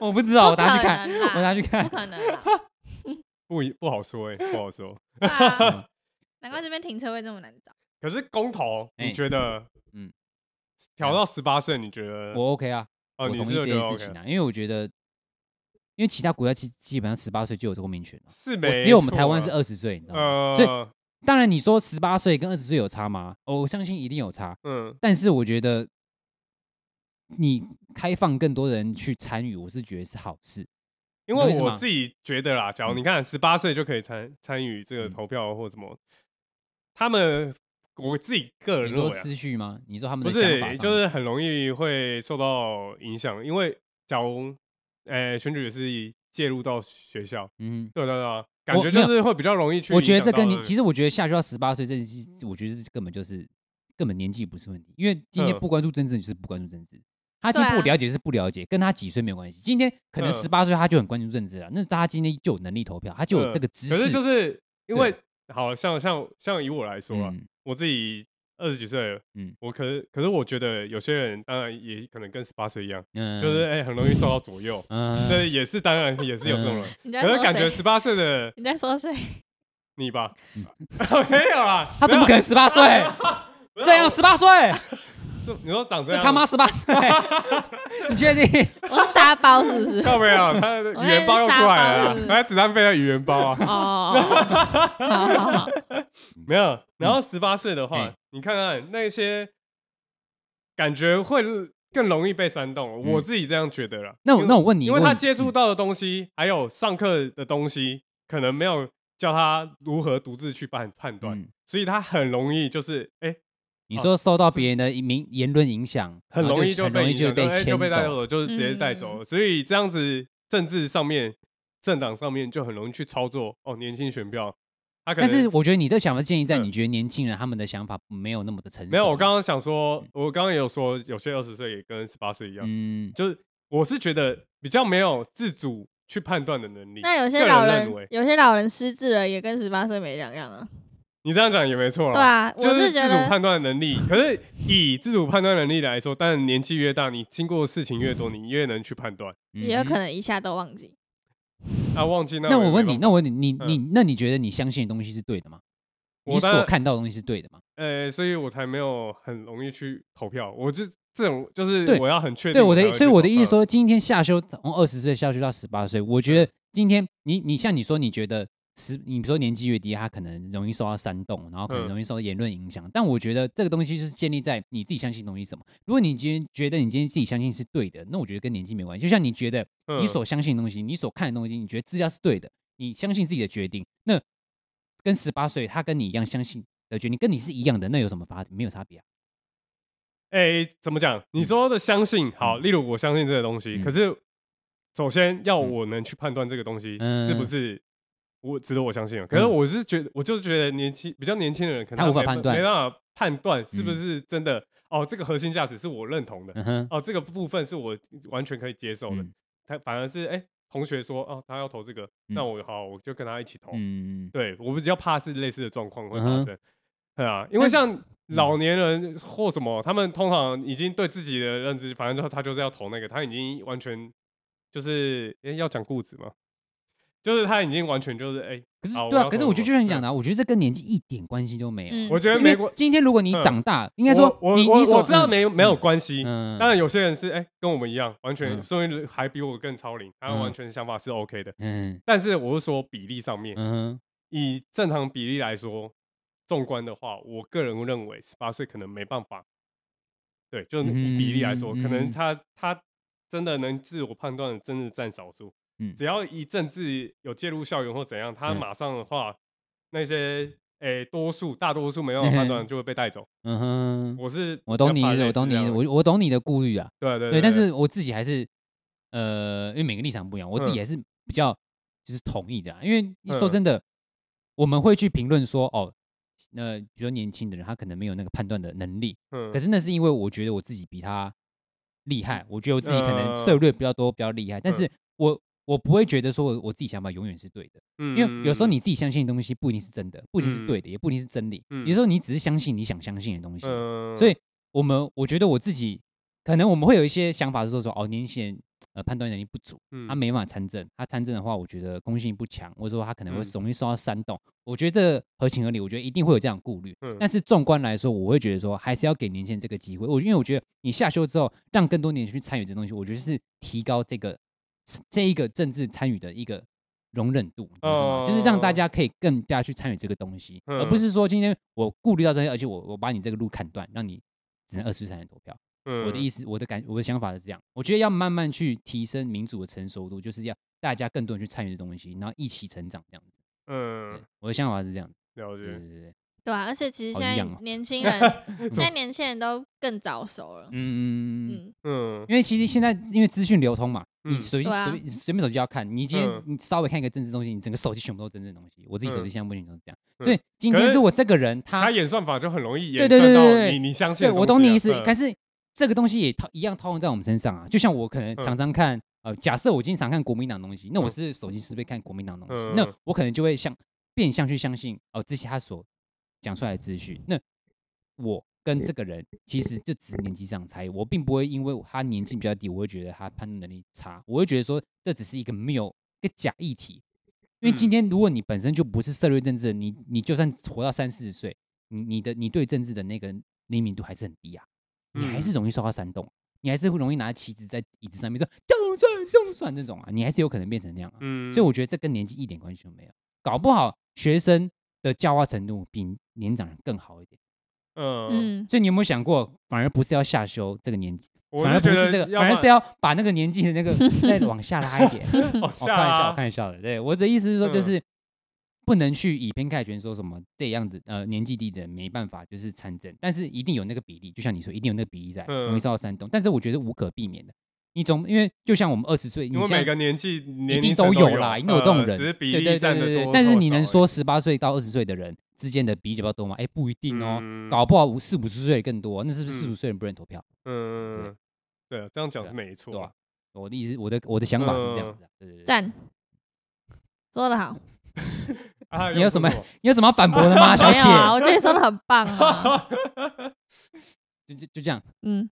S3: 我不知道，
S4: 不
S3: 我
S4: 可
S3: 拿去看，
S4: 能啦，
S3: 我拿去看
S4: 不可 能啦，
S1: 不一不好说哎，不好说。
S4: 对啊难怪这边停车位这么难找，
S1: 可是公投，
S3: 哎
S1: 你觉得，
S3: 嗯
S1: 嗯，调到十八岁，你觉得？
S3: 我 OK 啊，
S1: 哦，
S3: 我
S1: 你
S3: 同
S1: 是
S3: 意
S1: 觉
S3: 这
S1: 得
S3: 件事
S1: OK，
S3: 情啊，因为我觉得，因为其他国家基基本上十八岁就有这个公民权了，
S1: 是
S3: 我
S1: 没，啊
S3: 只有我们台湾是，二十岁，你知道吗？所以
S1: 呃，
S3: 当然你说十八岁跟二十岁有差吗？哦我相信一定有差，
S1: 嗯，
S3: 但是我觉得你开放更多人去参与，我是觉得是好事。
S1: 因
S3: 懂意
S1: 为
S3: 思
S1: 我
S3: 吗嗯
S1: 自己觉得啦，假如你看十八岁就可以参参与这个投票或什么，他们我自己个人
S3: 你
S1: 认
S3: 说
S1: 为啊，
S3: 思绪吗？你说他们
S1: 不
S3: 的想法
S1: 是，就
S3: 上面
S1: 是很容易会受到影响，因为假如，呃，选举也是介入到学校，
S3: 嗯。
S1: 对对对啊，感
S3: 我
S1: 觉
S3: 没
S1: 就
S3: 有
S1: 是会比较容易去
S3: 我
S1: 影
S3: 觉
S1: 响
S3: 得
S1: 到
S3: 这
S1: 那个。
S3: 跟你，其实我觉得下去到十八岁，这是我觉得这根本就是根本年纪不是问题，因为今天
S1: 嗯
S3: 不关注政治就是不关注政治，他今天
S4: 对
S3: 不
S4: 啊
S3: 了解是不了解，跟他几岁没有关系。今天可能
S1: 嗯
S3: 十八岁他就很关注政治了，那他今天就有能力投票，他就有
S1: 嗯
S3: 这个知
S1: 可是
S3: 识，
S1: 就是因
S3: 对
S1: 为，好像像像以我来说啊，
S3: 嗯
S1: 我自己二十几岁了，
S3: 嗯
S1: 嗯，我可是可是我觉得有些人当然也可能跟十八岁一样，
S3: 嗯
S1: 就是哎、很容易受到左右，
S3: 嗯，
S1: 这也是当然也是有这种人，
S4: 你在
S1: 可是
S4: 说
S1: 感觉
S4: 谁？
S1: 十八岁的
S4: 你在说谁？
S1: 你吧，
S3: 嗯
S1: 没有啊，
S3: 他怎么可能十八岁？
S1: 没有
S3: 这样？十八岁，
S1: 这你说长这
S3: 这
S1: 样，
S3: 他妈十八岁， 你确定？
S4: 我是沙包是不是？
S1: 靠没有，他的
S4: 我
S1: 语言包又出来了啊
S4: 那是沙包是，不是
S1: 他子弹飞在语言包啊，
S4: 哦，好好好，
S1: 没有。然后十八岁的话
S3: 哎，
S1: 你看看那些，感觉会更容易被煽动，我自己这样觉得啦。
S3: 嗯那我
S1: 因为
S3: 那我问你一
S1: 因
S3: 个问
S1: 为
S3: 题，
S1: 他接触到的东西，还有上课的东西，可能没有教他如何独自去判判断，
S3: 嗯
S1: 所以他很容易就是哎，
S3: 你说受到别人的名言论影响，
S1: 很
S3: 然后
S1: 容易
S3: 很容
S1: 被
S3: 易
S1: 影响
S3: 就被
S1: 哎
S3: 牵
S1: 就被带
S3: 走。
S1: 走，就是直接带走
S4: 嗯
S1: 了。所以这样子政治上面、政党上面就很容易去操作哦，年轻选票。他可
S3: 但
S1: 能
S3: 是我觉得你这想法建议在
S1: 嗯
S3: 你觉得年轻人他们的想法没有那么的成熟。
S1: 没有，我刚刚想说，我刚刚也有说，有些二十岁也跟十八岁一样，
S3: 嗯，
S1: 就是我是觉得比较没有自主去判断的能力。
S4: 那有
S1: 个
S4: 些老
S1: 人
S4: 人
S1: 认为，
S4: 有些老人失智了，也跟十八岁没两样啊。
S1: 你这样讲也没错啦
S4: 对啊，
S1: 就
S4: 我
S1: 是
S4: 觉
S1: 自主
S4: 得
S1: 判断能力。可是以自主判断能力来说，当然年纪越大，你经过的事情越多，你越能去判断。
S4: 也有
S3: 嗯
S4: 可能一下都忘记。
S1: 啊，忘记那也
S3: 那我
S1: 没
S3: 问
S1: 办
S3: 你，
S1: 法
S3: 那我问你，你
S1: 嗯
S3: 你那你觉得你相信的东西是对的吗？你
S1: 我当
S3: 所
S1: 然
S3: 看到的东西是对的吗？
S1: 呃，所以我才没有很容易去投票。我就这种就是
S3: 对
S1: 我要很确定。
S3: 对我的，所以我的意思
S1: 说，
S3: 说，今天下修从二十岁下修到十八岁，我
S1: 嗯
S3: 觉得今天你你像你说，你觉得十，你说年纪越低，他可能容易受到煽动，然后可
S1: 嗯
S3: 能容易受到言论影响。但我觉得这个东西就是建立在你自己相信的东西是什么。如果你今天觉得你今天自己相信是对的，那我觉得跟年纪没关系。就像你觉得
S1: 嗯
S3: 你所相信的东西，你所看的东西，你觉得资料是对的，你相信自己的决定，那跟十八岁他跟你一样相信的决定，跟你是一样的，那有什么差？没有差别啊。
S1: 哎，怎么讲？你说的相信好，例如我相信这个东西，
S3: 嗯
S1: 可是首先要
S3: 嗯
S1: 我能去判断这个东西
S3: 嗯
S1: 是不是我值得我相信的。可是
S3: 嗯
S1: 我是觉得，我就觉得年轻比较年轻的人，可能
S3: 他无法
S1: 没
S3: 判断
S1: 没办法判断是不
S3: 嗯
S1: 是真的。哦，这个核心价值是我认同的，
S3: 嗯哼，
S1: 哦，这个部分是我完全可以接受的
S3: 嗯。
S1: 他反而是哎，同学说哦，他要投这个，那
S3: 嗯
S1: 我好，我就跟他一起投。
S3: 嗯，
S1: 对我比较怕是类似的状况会发
S3: 嗯哼嗯
S1: 生，对啊，因为像老年人或什么，他们通常已经对自己的认知，反正就他就是要投那个，他已经完全就是、诶要讲固执嘛，就是他已经完全就是哎、
S3: 可是
S1: 好
S3: 对
S1: 我
S3: 啊，
S1: 要
S3: 可是
S1: 投
S3: 我
S1: 什
S3: 就
S1: 么
S3: 就像你
S1: 对
S3: 讲的啊，我觉得这跟年纪一点关系都没有啊。
S4: 嗯
S1: 我觉得
S3: 因为
S1: 美国
S3: 今天如果你
S1: 嗯
S3: 长大，应该说
S1: 我
S3: 你
S1: 我
S3: 你所
S1: 我知道
S3: 嗯
S1: 没、没有
S3: 嗯
S1: 关系。
S3: 嗯，
S1: 当然，有些人是哎、诶跟我们一样，完全
S3: 嗯
S1: 甚至还比我更超龄，他
S3: 嗯
S1: 完全想法是 OK 的。
S3: 嗯
S1: 但是我是说比例上面，
S3: 嗯
S1: 以正常比例来说，纵观的话，我个人认为十八岁可能没办法。对，就是以比例来说，可
S3: 嗯
S1: 能他他真的能自我判断，的，真的占少数。
S3: 嗯
S1: 只要一政治有介入校园或怎样，他
S3: 嗯
S1: 马上的话，那些诶、多数大多数没办法判 断就会被带走。
S3: 嗯哼，
S1: 我是
S3: 我懂
S1: 比
S3: 你
S1: 较怕
S3: 意思，
S1: 类
S3: 我
S1: 似
S3: 懂
S1: 这
S3: 你意
S1: 样
S3: 思，
S1: 的
S3: 我我懂你的顾虑啊。
S1: 对对
S3: 对，但是我自己还是呃，因为每个立场不一样，我自己
S1: 嗯
S3: 还是比较就是同意的啊。因为说
S1: 嗯
S3: 真的，我们会去评论说哦，那比如说年轻的人他可能没有那个判断的能力，
S1: 嗯
S3: 可是那是因为我觉得我自己比他厉害，我觉得我自己可能
S1: 呃
S3: 涉略比较多，比较厉害。
S1: 嗯
S3: 但是我我不会觉得说我我自己想法永远是对的，
S1: 因
S3: 因为有时候你自己相信的东西不一定是真的，不一定是
S1: 嗯
S3: 对的，也不一定是真理。
S1: 嗯
S3: 有时候你只是相信你想相信的东西。
S1: 嗯
S3: 所以我们我觉得我自己可能我们会有一些想法是说说哦，年轻人呃判断能力不足，
S1: 嗯
S3: 他没办法参政，他参政的话，我觉得公信力不强，或者说他可能会
S1: 嗯
S3: 容易受到煽动。我觉得这合情合理，我觉得一定会有这样的顾虑。
S1: 嗯
S3: 但是纵观来说，我会觉得说还是要给年轻人这个机会。我因为我觉得你下修之后，让更多年轻人去参与这东西，我觉得是提高这个这一个政治参与的一个容忍度，你懂我意思吗？就是让大
S1: 哦
S3: 家可以更加去参与这个东西，而不
S1: 嗯
S3: 是说今天我顾虑到这些，而且我我把你这个路砍断，让你只能二十岁才能投票。我的意
S1: 思，
S3: 思，我的感，我的想法是这样，我觉得要慢慢去提升民主的成熟度，就是要大家更多人去参与这东西，然后一起成长这样子。对
S1: 嗯，
S3: 我的想法是这样子，
S1: 了
S3: 对对
S1: 解，
S3: 对对，
S4: 对啊，而且其实
S3: 好
S4: 现在
S3: 营养哦
S4: 年轻 人，现在年轻人都更早熟了。
S3: 嗯嗯嗯嗯，
S4: 嗯，
S1: 嗯
S3: 因为其实现在因为资讯流通嘛，你
S1: 嗯
S3: 手机
S4: 对啊
S3: 随便随便手机要看，你今天
S1: 嗯
S3: 你稍微看一个政治东西，你整个手机全部都是政治东西。我自己手机
S1: 嗯
S3: 现在目前都是这样，
S1: 嗯
S3: 所以今
S1: 可
S3: 天
S1: 是
S3: 如果这个人他
S1: 他演算法就很容易
S3: 啊
S1: 演
S3: 对对对
S1: 算
S3: 对
S1: 到
S3: 对
S1: 你你相信
S3: 对
S1: 的东西啊。
S3: 我懂你意思，
S1: 嗯
S3: 但是这个东西也套一样套用在我们身上啊。就像我可能
S1: 嗯
S3: 常常看，呃，假设我经常看国民党东西，那我
S1: 嗯
S3: 是手机是被看国民党东西
S1: 嗯，
S3: 那我可能就会像变相去相信哦，这些他所讲出来的资讯。那我跟这个人其实就只是年纪上的差异，我并不会因为他年纪比较低，我会觉得他判断能力差，我会觉得说这只是一个没有一个假议题。因为
S1: 嗯
S3: 今天如果你本身就不是涉略政治的，你你就算活到三四十岁，你你的你对政治的那个灵敏度还是很低啊，你还
S1: 嗯
S3: 是容易受到煽动啊，你还是会容易拿旗子在椅子上面说“动算动算”这种啊，你还是有可能变成那样啊。
S1: 嗯
S3: 所以我觉得这跟年纪一点关系都没有，搞不好学生的教化程度比年长人更好一点。
S1: 嗯，
S4: 嗯，
S3: 所以你有没有想过，反而不是要下修这个年纪，
S1: 我
S3: 反而不
S1: 觉
S3: 是
S1: 得
S3: 这个，
S1: 要
S3: 反而
S1: 慢
S3: 是要把那个年纪的 那个再往下拉一点。
S1: 往
S3: 我
S1: 下
S3: 哦开玩笑，我
S1: 啊
S3: 开玩笑的。对我的意思是说，就
S1: 嗯
S3: 是不能去以偏概全，说什么这样的呃年纪低的人没办法就是参政，但是一定有那个比例，就像你说，一定有那个比例在，容易
S1: 嗯
S3: 受到煽动。但是我觉得无可避免的，你总因为就像我们二十岁，你
S1: 因为
S3: 现在
S1: 每个年纪年龄
S3: 一定
S1: 层
S3: 都
S1: 有
S3: 啦，一定有这种
S1: 呃
S3: 人，
S1: 只是比
S3: 对对
S1: 例
S3: 对
S1: 占的
S3: 对对。
S1: 多。
S3: 但是你能说十八岁到二十岁的人之间的比例比较多吗？哎，不一定哦，
S1: 嗯
S3: 搞不好五四五十岁更多，那是不是四
S1: 嗯
S3: 十岁人不认投票？
S1: 嗯，对啊，这样讲是没错
S3: 对吧。我的意思，我的我的想法是这
S1: 嗯
S3: 样子的。啊对对对
S4: 赞，说的好，
S1: 啊
S3: 你有什么
S1: 又 是
S3: 你有什么要反驳的 吗，小
S4: 没有啊，
S3: 姐？
S4: 我觉得你说的很棒 啊，
S1: 我
S3: 就就就这样，
S4: 嗯，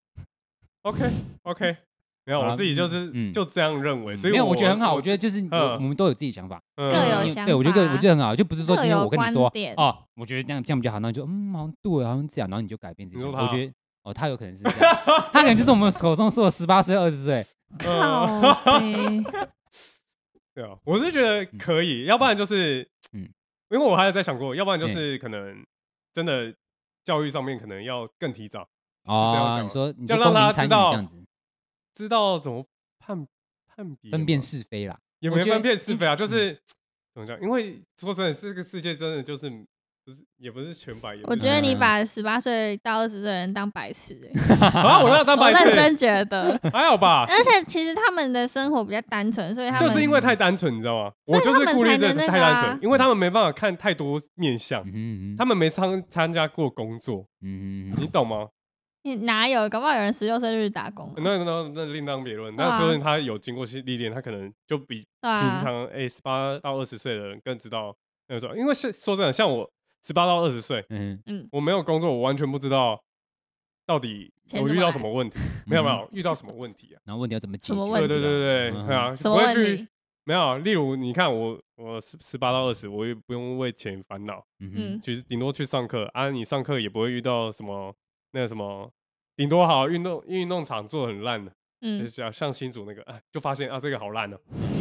S1: ？OK OK，没有，
S3: 好啦
S1: 我自己就是
S3: 嗯
S1: 就这样认为，所以
S3: 没有，
S1: 我嗯
S3: 我觉得很好，我觉
S1: 得
S3: 得就是我我们都有自己想法，
S4: 各有
S3: 因为
S4: 想
S3: 对我觉得
S4: 法
S3: 我觉得很好，就不是说
S4: 各
S3: 今天
S4: 有
S3: 我跟你
S4: 观
S3: 说
S4: 点
S3: 哦，我觉得这样这样比较好，然后你就嗯，好像对，好像这样，然后你就改变自己
S1: 你
S3: 想
S1: 说
S3: 法。
S1: 他
S3: 我觉得哦，他有可能是这样，他可能就是我们口中说的十八岁、二十 岁，
S1: 嗯
S4: 靠背，
S1: 对啊，我是觉得可以，要不然就是，嗯
S3: 嗯，
S1: 因为我还有在想过，要不然就是可能真的教育上面可能要更提早，是这样
S3: 哦
S1: 讲，
S3: 你
S1: 吗
S3: 说你
S1: 就
S3: 就
S1: 让
S3: 公
S1: 大
S3: 民
S1: 家知
S3: 参与
S1: 道
S3: 这样子，
S1: 知道怎么判判别
S3: 分辨
S1: 嘛
S3: 是非啦。
S1: 也
S3: 我
S1: 没
S3: 觉
S1: 分
S3: 得
S1: 辨是
S3: 应
S1: 非啊，就是、
S3: 嗯
S1: 怎么讲？因为说真的，这个世界真的就是不是也不是全白，也不
S4: 我
S1: 是
S4: 觉得
S3: 嗯
S4: 你把十八岁到二十岁的人当白痴欸、
S1: 啊，我要当
S4: 我
S1: 白
S4: 认
S1: 痴，
S4: 真觉 得，
S1: 还好吧？
S4: 而且其实他们的生活比较单纯，所以他
S1: 就
S4: 们
S1: 是因为太单纯，你知道吗？
S4: 所
S1: 我
S4: 以
S1: 就
S4: 他
S1: 是
S4: 们
S1: 顾虑
S4: 才
S1: 这
S4: 能那
S1: 太
S4: 个
S1: 单
S4: 啊
S1: 纯，因为他们没办法看太多面相，
S3: 嗯哼嗯
S1: 他
S3: 哼
S1: 们没参参加过工作，
S3: 嗯
S1: 你
S3: 哼，
S1: 懂吗？
S4: 你哪有？搞不好有人十六岁就去打工了，
S1: 那那那另当别论。
S4: 对啊
S1: 那说明他有经过些历练，他可能就比平
S4: 对啊，
S1: 常哎十八到二十岁的人更知道那种。因为是说真的，像我十八到二十岁，
S3: 嗯
S1: 我没有工作，我完全不知道到底
S4: 钱
S1: 我
S4: 怎
S1: 遇
S4: 么
S1: 到
S4: 来
S1: 什么问题。没有没
S3: 嗯
S1: 有遇到什么问题啊？
S3: 然后问你要怎么解决？嗯
S4: 什么问
S1: 对
S4: 题
S1: 对对对对，对啊，
S4: 什
S1: 不
S4: 么
S1: 会
S4: 问
S1: 去
S4: 题？
S1: 没有。例如你看我我十十八到二十，我也不用为钱烦恼。
S3: 嗯哼
S4: 嗯，
S1: 其实顶多去上课啊，你上课也不会遇到什么那个什么，顶多好运动运动场做得很烂的，就
S4: 嗯，
S1: 像像新组那个，哎，就发现啊这个好烂哦、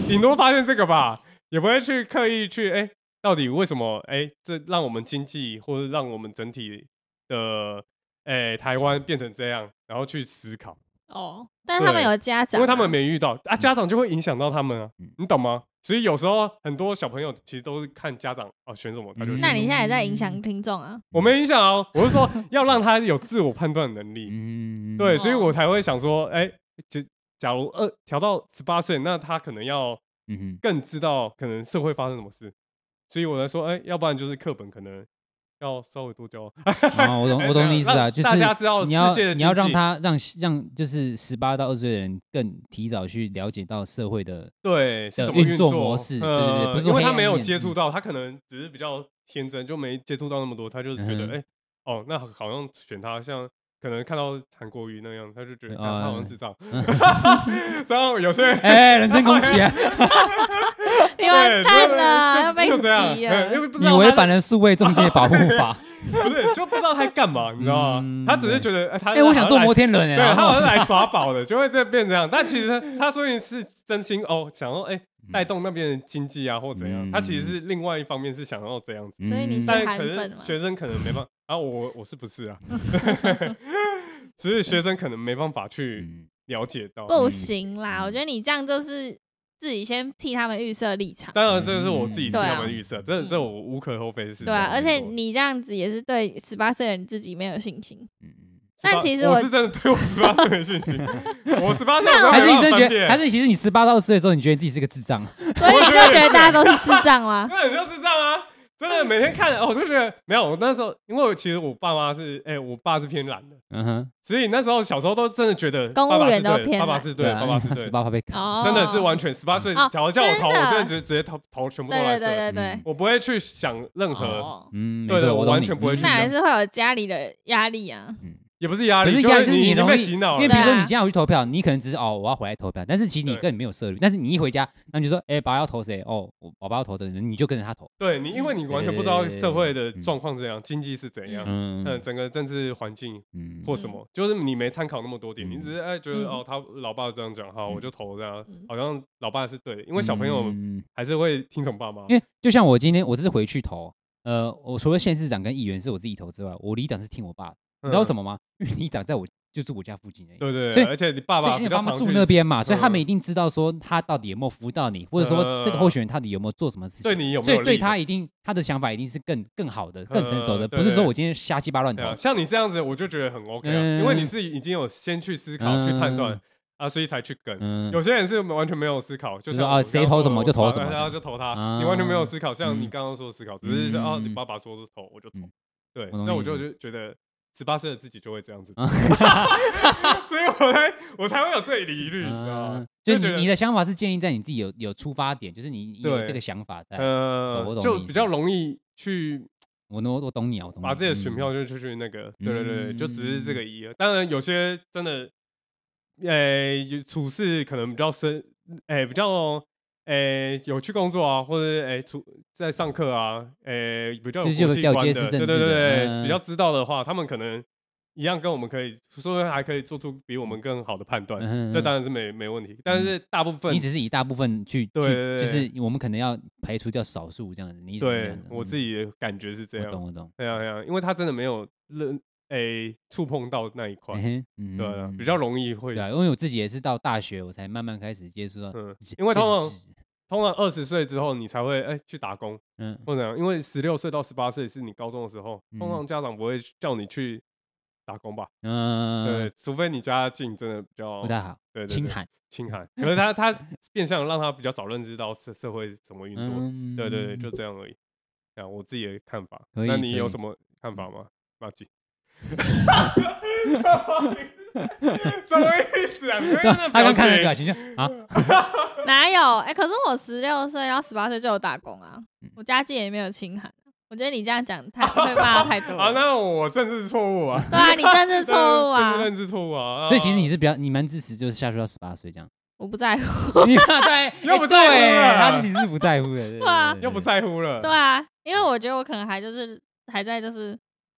S1: 顶多发现这个吧，也不会去刻意去哎、到底为什么哎、这让我们经济或者让我们整体的哎、台湾变成这样，然后去思考，
S4: 哦，但是他们
S1: 呃对
S4: 有家长啊，
S1: 因为他们没遇到啊，家长就会影响到他们啊
S3: 嗯，
S1: 你懂吗？所以有时候很多小朋友其实都是看家长哦选什么他就
S3: 嗯
S1: 选
S4: 那你现在也在影响听众 啊？
S1: 我没影响哦，我是说要让他有自我判断能力。
S3: 嗯
S1: 对，
S4: 哦
S1: 所以我才会想说，哎、就假如二调到十八岁，那他可能要
S3: 嗯哼
S1: 更知道可能社会发生什么事。所以我才说，哎、要不然就是课本可能要稍微多教。
S3: 哦，我懂，我懂你意思啊，
S1: 让
S3: 就是
S1: 大家知道
S3: 你
S1: 世界的
S3: 要你要
S1: 经
S3: 让
S1: 济
S3: 他让让就是十八到二十岁的人更提早去了解到社 会的，
S1: 对，是
S3: 的
S1: 怎么运呃
S3: 运作模式对对对不是
S1: 因为
S3: 黑
S1: 他
S3: 暗
S1: 没有
S3: 面
S1: 接触
S3: 嗯
S1: 到，他可能只是比较天真，就没接触到那么多，他就是觉得，
S3: 嗯哼
S1: 哎、哦，那好像选他像。可能看到韩国瑜那样，他就觉得、啊他好像
S3: 嗯
S1: 智障。 然后有些人
S3: 哎，人身攻击啊，
S4: 你完蛋了，要
S1: 对
S4: 被
S1: 就就就这样
S4: 挤
S1: 嗯因
S4: 了。
S1: 为不知
S3: 你
S1: 道
S3: 违
S1: 他
S3: 反了数位中介保护 法，
S1: 不是就不知道他在干嘛，你知道吗？
S3: 嗯
S1: 他只是觉得，哎，他
S3: 哎，我想做摩
S1: 天，
S3: 天轮，哎
S1: 对他
S3: 然
S1: 好
S3: 后
S1: 像来耍宝的，就会这变这样。但其实他说明是真心哦，想要哎带动那边的经济啊，或怎样。
S3: 嗯
S1: 他其实是另外一方面是想要这样子，
S4: 所以你是
S3: 嗯
S1: 但
S4: 韩
S1: 可
S4: 粉
S1: 是
S4: 吗？
S1: 学生可能没办法啊，我我是不是 啊？ 所以学生可能没办法去
S3: 嗯
S1: 了解到。
S4: 不行啦，
S3: 嗯
S4: 我觉得你这样就是自己先替他们预设立场，
S1: 当然，这是我自
S3: 嗯
S1: 己
S4: 对啊
S1: 他们预设，这这我无可厚非是这
S4: 对啊
S1: 样，没错。
S4: 而且你这样子也是对十八岁的人自己没有信 心。
S3: 嗯
S4: 但其实
S1: 我
S4: 我
S1: 是真的对我十八岁没信 心，我十八岁我都
S3: 还
S1: 没
S3: 是
S1: 办
S3: 你真
S1: 法
S3: 的觉
S1: 分
S3: 得，
S1: 辨
S3: 还是其实你十八到二十岁的时候，你觉得自己是个智障？
S4: 所以你就觉得大家都是智 障吗？
S1: 那你就是这样啊！真的每天看，哦我就觉得没有。我那时候，因为我其实我爸妈是，哎、我爸是偏懒的，
S3: 嗯哼，
S1: 所以那时候小时候都真的觉得
S4: 公务员都
S1: 爸爸是对的爸爸是对的，
S4: 偏懒
S1: 爸爸是对
S3: 啊十
S1: 的，
S3: 八怕被砍，
S4: 哦，
S1: 真的是完全十八岁，
S4: 哦
S1: 假如叫我投，
S4: 真的
S1: 我真的直直接投投全部都
S4: 对
S1: 来
S4: 对
S1: 色，
S4: 对对
S3: 嗯
S4: 对，
S1: 我不会去想任何，
S4: 哦
S3: 嗯，没
S1: 对的
S3: 错
S1: 我
S3: 懂
S1: 完
S3: 你
S1: 全不会去
S4: 那
S1: 想
S4: 还是会有家里的压力啊。
S1: 也不是压
S3: 可
S1: 力，
S3: 是
S1: 就
S3: 压力
S1: 是
S3: 就是
S1: 你已经
S3: 容
S1: 被
S3: 易
S1: 洗脑了，
S3: 因为比如说你
S4: 对啊
S3: 今天要去投票，你可能只是哦我要回来投票，但是其实你
S1: 对
S3: 根本没有涉虑。但是你一回家，那你就说哎爸要投谁？哦我我爸要投谁，你就跟着他投。
S1: 对你，因为你完全不知道
S3: 对对对对
S1: 社会的
S3: 嗯
S1: 状况怎样，经济是怎样，嗯，
S3: 嗯
S1: 整个政治环境
S3: 嗯
S1: 或什么，就是你没参考那么多点，你
S3: 嗯
S1: 只是哎觉得
S4: 嗯
S1: 哦，他老爸这样讲，好，我就投这样
S4: 嗯，
S1: 好像老爸是对的，因为小朋友
S3: 嗯
S1: 还是会听从爸妈。
S3: 因为就像我今天我这次回去投，呃，我除了县市长跟议员是我自己投之外，我里长是听我爸的。你知道为什
S1: 么？
S3: 么吗？因为里长在我就住我家附近而已。
S1: 嗯对对
S3: 所
S1: 对，
S3: 以
S1: 而且你爸
S3: 所以
S1: 爸
S3: 因
S1: 比
S3: 为
S1: 较
S3: 爸妈
S1: 常
S3: 住
S1: 去
S3: 那边嘛，所以他
S1: 嗯
S3: 们一定知道说他到底有没有服务到你，或者说这个候选人他底有没有做什么事情
S1: 对。你有没
S3: 所
S1: 有
S3: 以对
S1: 利的
S3: 他一定他的想法一定是更更好的、更成熟
S1: 呃
S3: 的，
S1: 对
S3: 不是说
S1: 对
S3: 我今天瞎鸡巴乱投
S1: 对啊，。像你这样子，我就觉得很 OK 啊，
S3: 嗯
S1: 因为你是已经有先去思考、去判断
S3: 嗯，
S1: 啊，所以才去跟。
S3: 嗯，
S1: 有些人是完全没有思考，就
S3: 就是
S1: 像
S3: 说啊
S1: 我
S3: 谁
S1: 刚
S3: 投
S1: 说
S3: 什
S1: 的
S3: 么
S1: 我
S3: 就投
S1: 爸
S3: 什么
S1: 他
S3: 的
S1: 就投他，你完全没有思考，像你
S3: 嗯
S1: 刚刚说的思考，只是说哦，
S3: 嗯
S1: 你爸爸说是投，我就投
S3: 嗯。
S1: 对，
S3: 我懂
S1: 那
S3: 你
S1: 我
S3: 意
S1: 就
S3: 思啊
S1: 就觉得十八岁的自己就会这样子， 所以我才我才会有这里疑虑，你知道吗
S3: 嗯？就
S1: 啊觉得
S3: 你你的想法是建立在你自己有有出发点，就是你你有这个想法在。哎懂我
S1: 呃，
S3: 懂
S1: 就
S3: 你
S1: 比
S3: 意思
S1: 较容易去
S3: 我我我懂你啊，我懂你。
S1: 把自己的选
S3: 嗯
S1: 票就就去那个，对对对，就只是这
S3: 嗯
S1: 个一而已。当然有些真的，呃，有处事可能比较深，哎，比较。哎，有去工作啊，或者哎，出在上课啊，哎，比较有
S3: 这就
S1: 国际
S3: 比较
S1: 观
S3: 揭
S1: 的，
S3: 示
S1: 对
S3: 政
S1: 对对
S3: 治的
S1: 对，
S3: 嗯
S1: 比较知道的话，他们可能一样跟我们可以说还可以做出比我们更好的判断，
S3: 嗯
S1: 这当然是没没问题。但是大部分
S3: 你只是以大部分去去，
S1: 对对
S3: 就
S1: 对
S3: 是我们可能要排除掉少数这样子。你
S1: 对我自
S3: 己
S1: 己的感觉是这
S3: 我
S1: 样，
S3: 懂我懂。
S1: 对啊对啊，因为他真的没有认诶触碰到那一块，
S3: 嗯哼，
S1: 对啊
S3: 嗯，
S1: 比较容易会
S3: 对。啊，因为我自己也是到大学我才慢慢开始接触到
S1: 嗯
S3: 政，
S1: 因为通常
S3: 政治
S1: 通常二十岁之后你才会哎去打工
S3: 嗯
S1: 或者怎样，因为十六岁到十八岁是你高中的时候，通
S3: 嗯
S1: 常家长不会叫你去打工吧？对
S3: 嗯，，
S1: 除非你家境真的比较
S3: 不太好，
S1: 对对
S3: 清
S1: 对
S3: 寒。
S1: 清寒，可是他他变相让他比较早认知到社社会是怎么运作，
S3: 嗯
S1: 对对对，就这样而已。啊，我自己的看法，
S3: 可
S1: 那
S3: 以
S1: 你
S3: 可
S1: 有
S3: 以嗯
S1: 什么看法吗？马 吉？ 什么意思啊？你
S3: 对啊
S1: 那
S3: 他
S1: 表
S3: 刚看了表
S1: 情，嗯
S3: 情就啊，
S4: 哪有？哎、可是我十六岁，然后十八岁就有打工啊，我家境也没有清寒。我觉得你这样讲太会骂太多
S1: 好，
S4: 了。
S1: 那我政治错误 啊，
S4: 对啊，你政治错误
S1: 政治
S4: 啊，
S1: 认知错误啊。
S3: 所以其实你是比较你蛮支持，就是下去到十八岁这样。
S4: 我不在乎。
S3: 你看对，
S1: 又
S3: 哎
S1: 不在乎
S3: 对
S1: 了
S3: 他其实是不在乎的，对
S4: 对啊
S1: 又不在乎了，
S4: 对啊，因为我觉得我可能还就是还在就是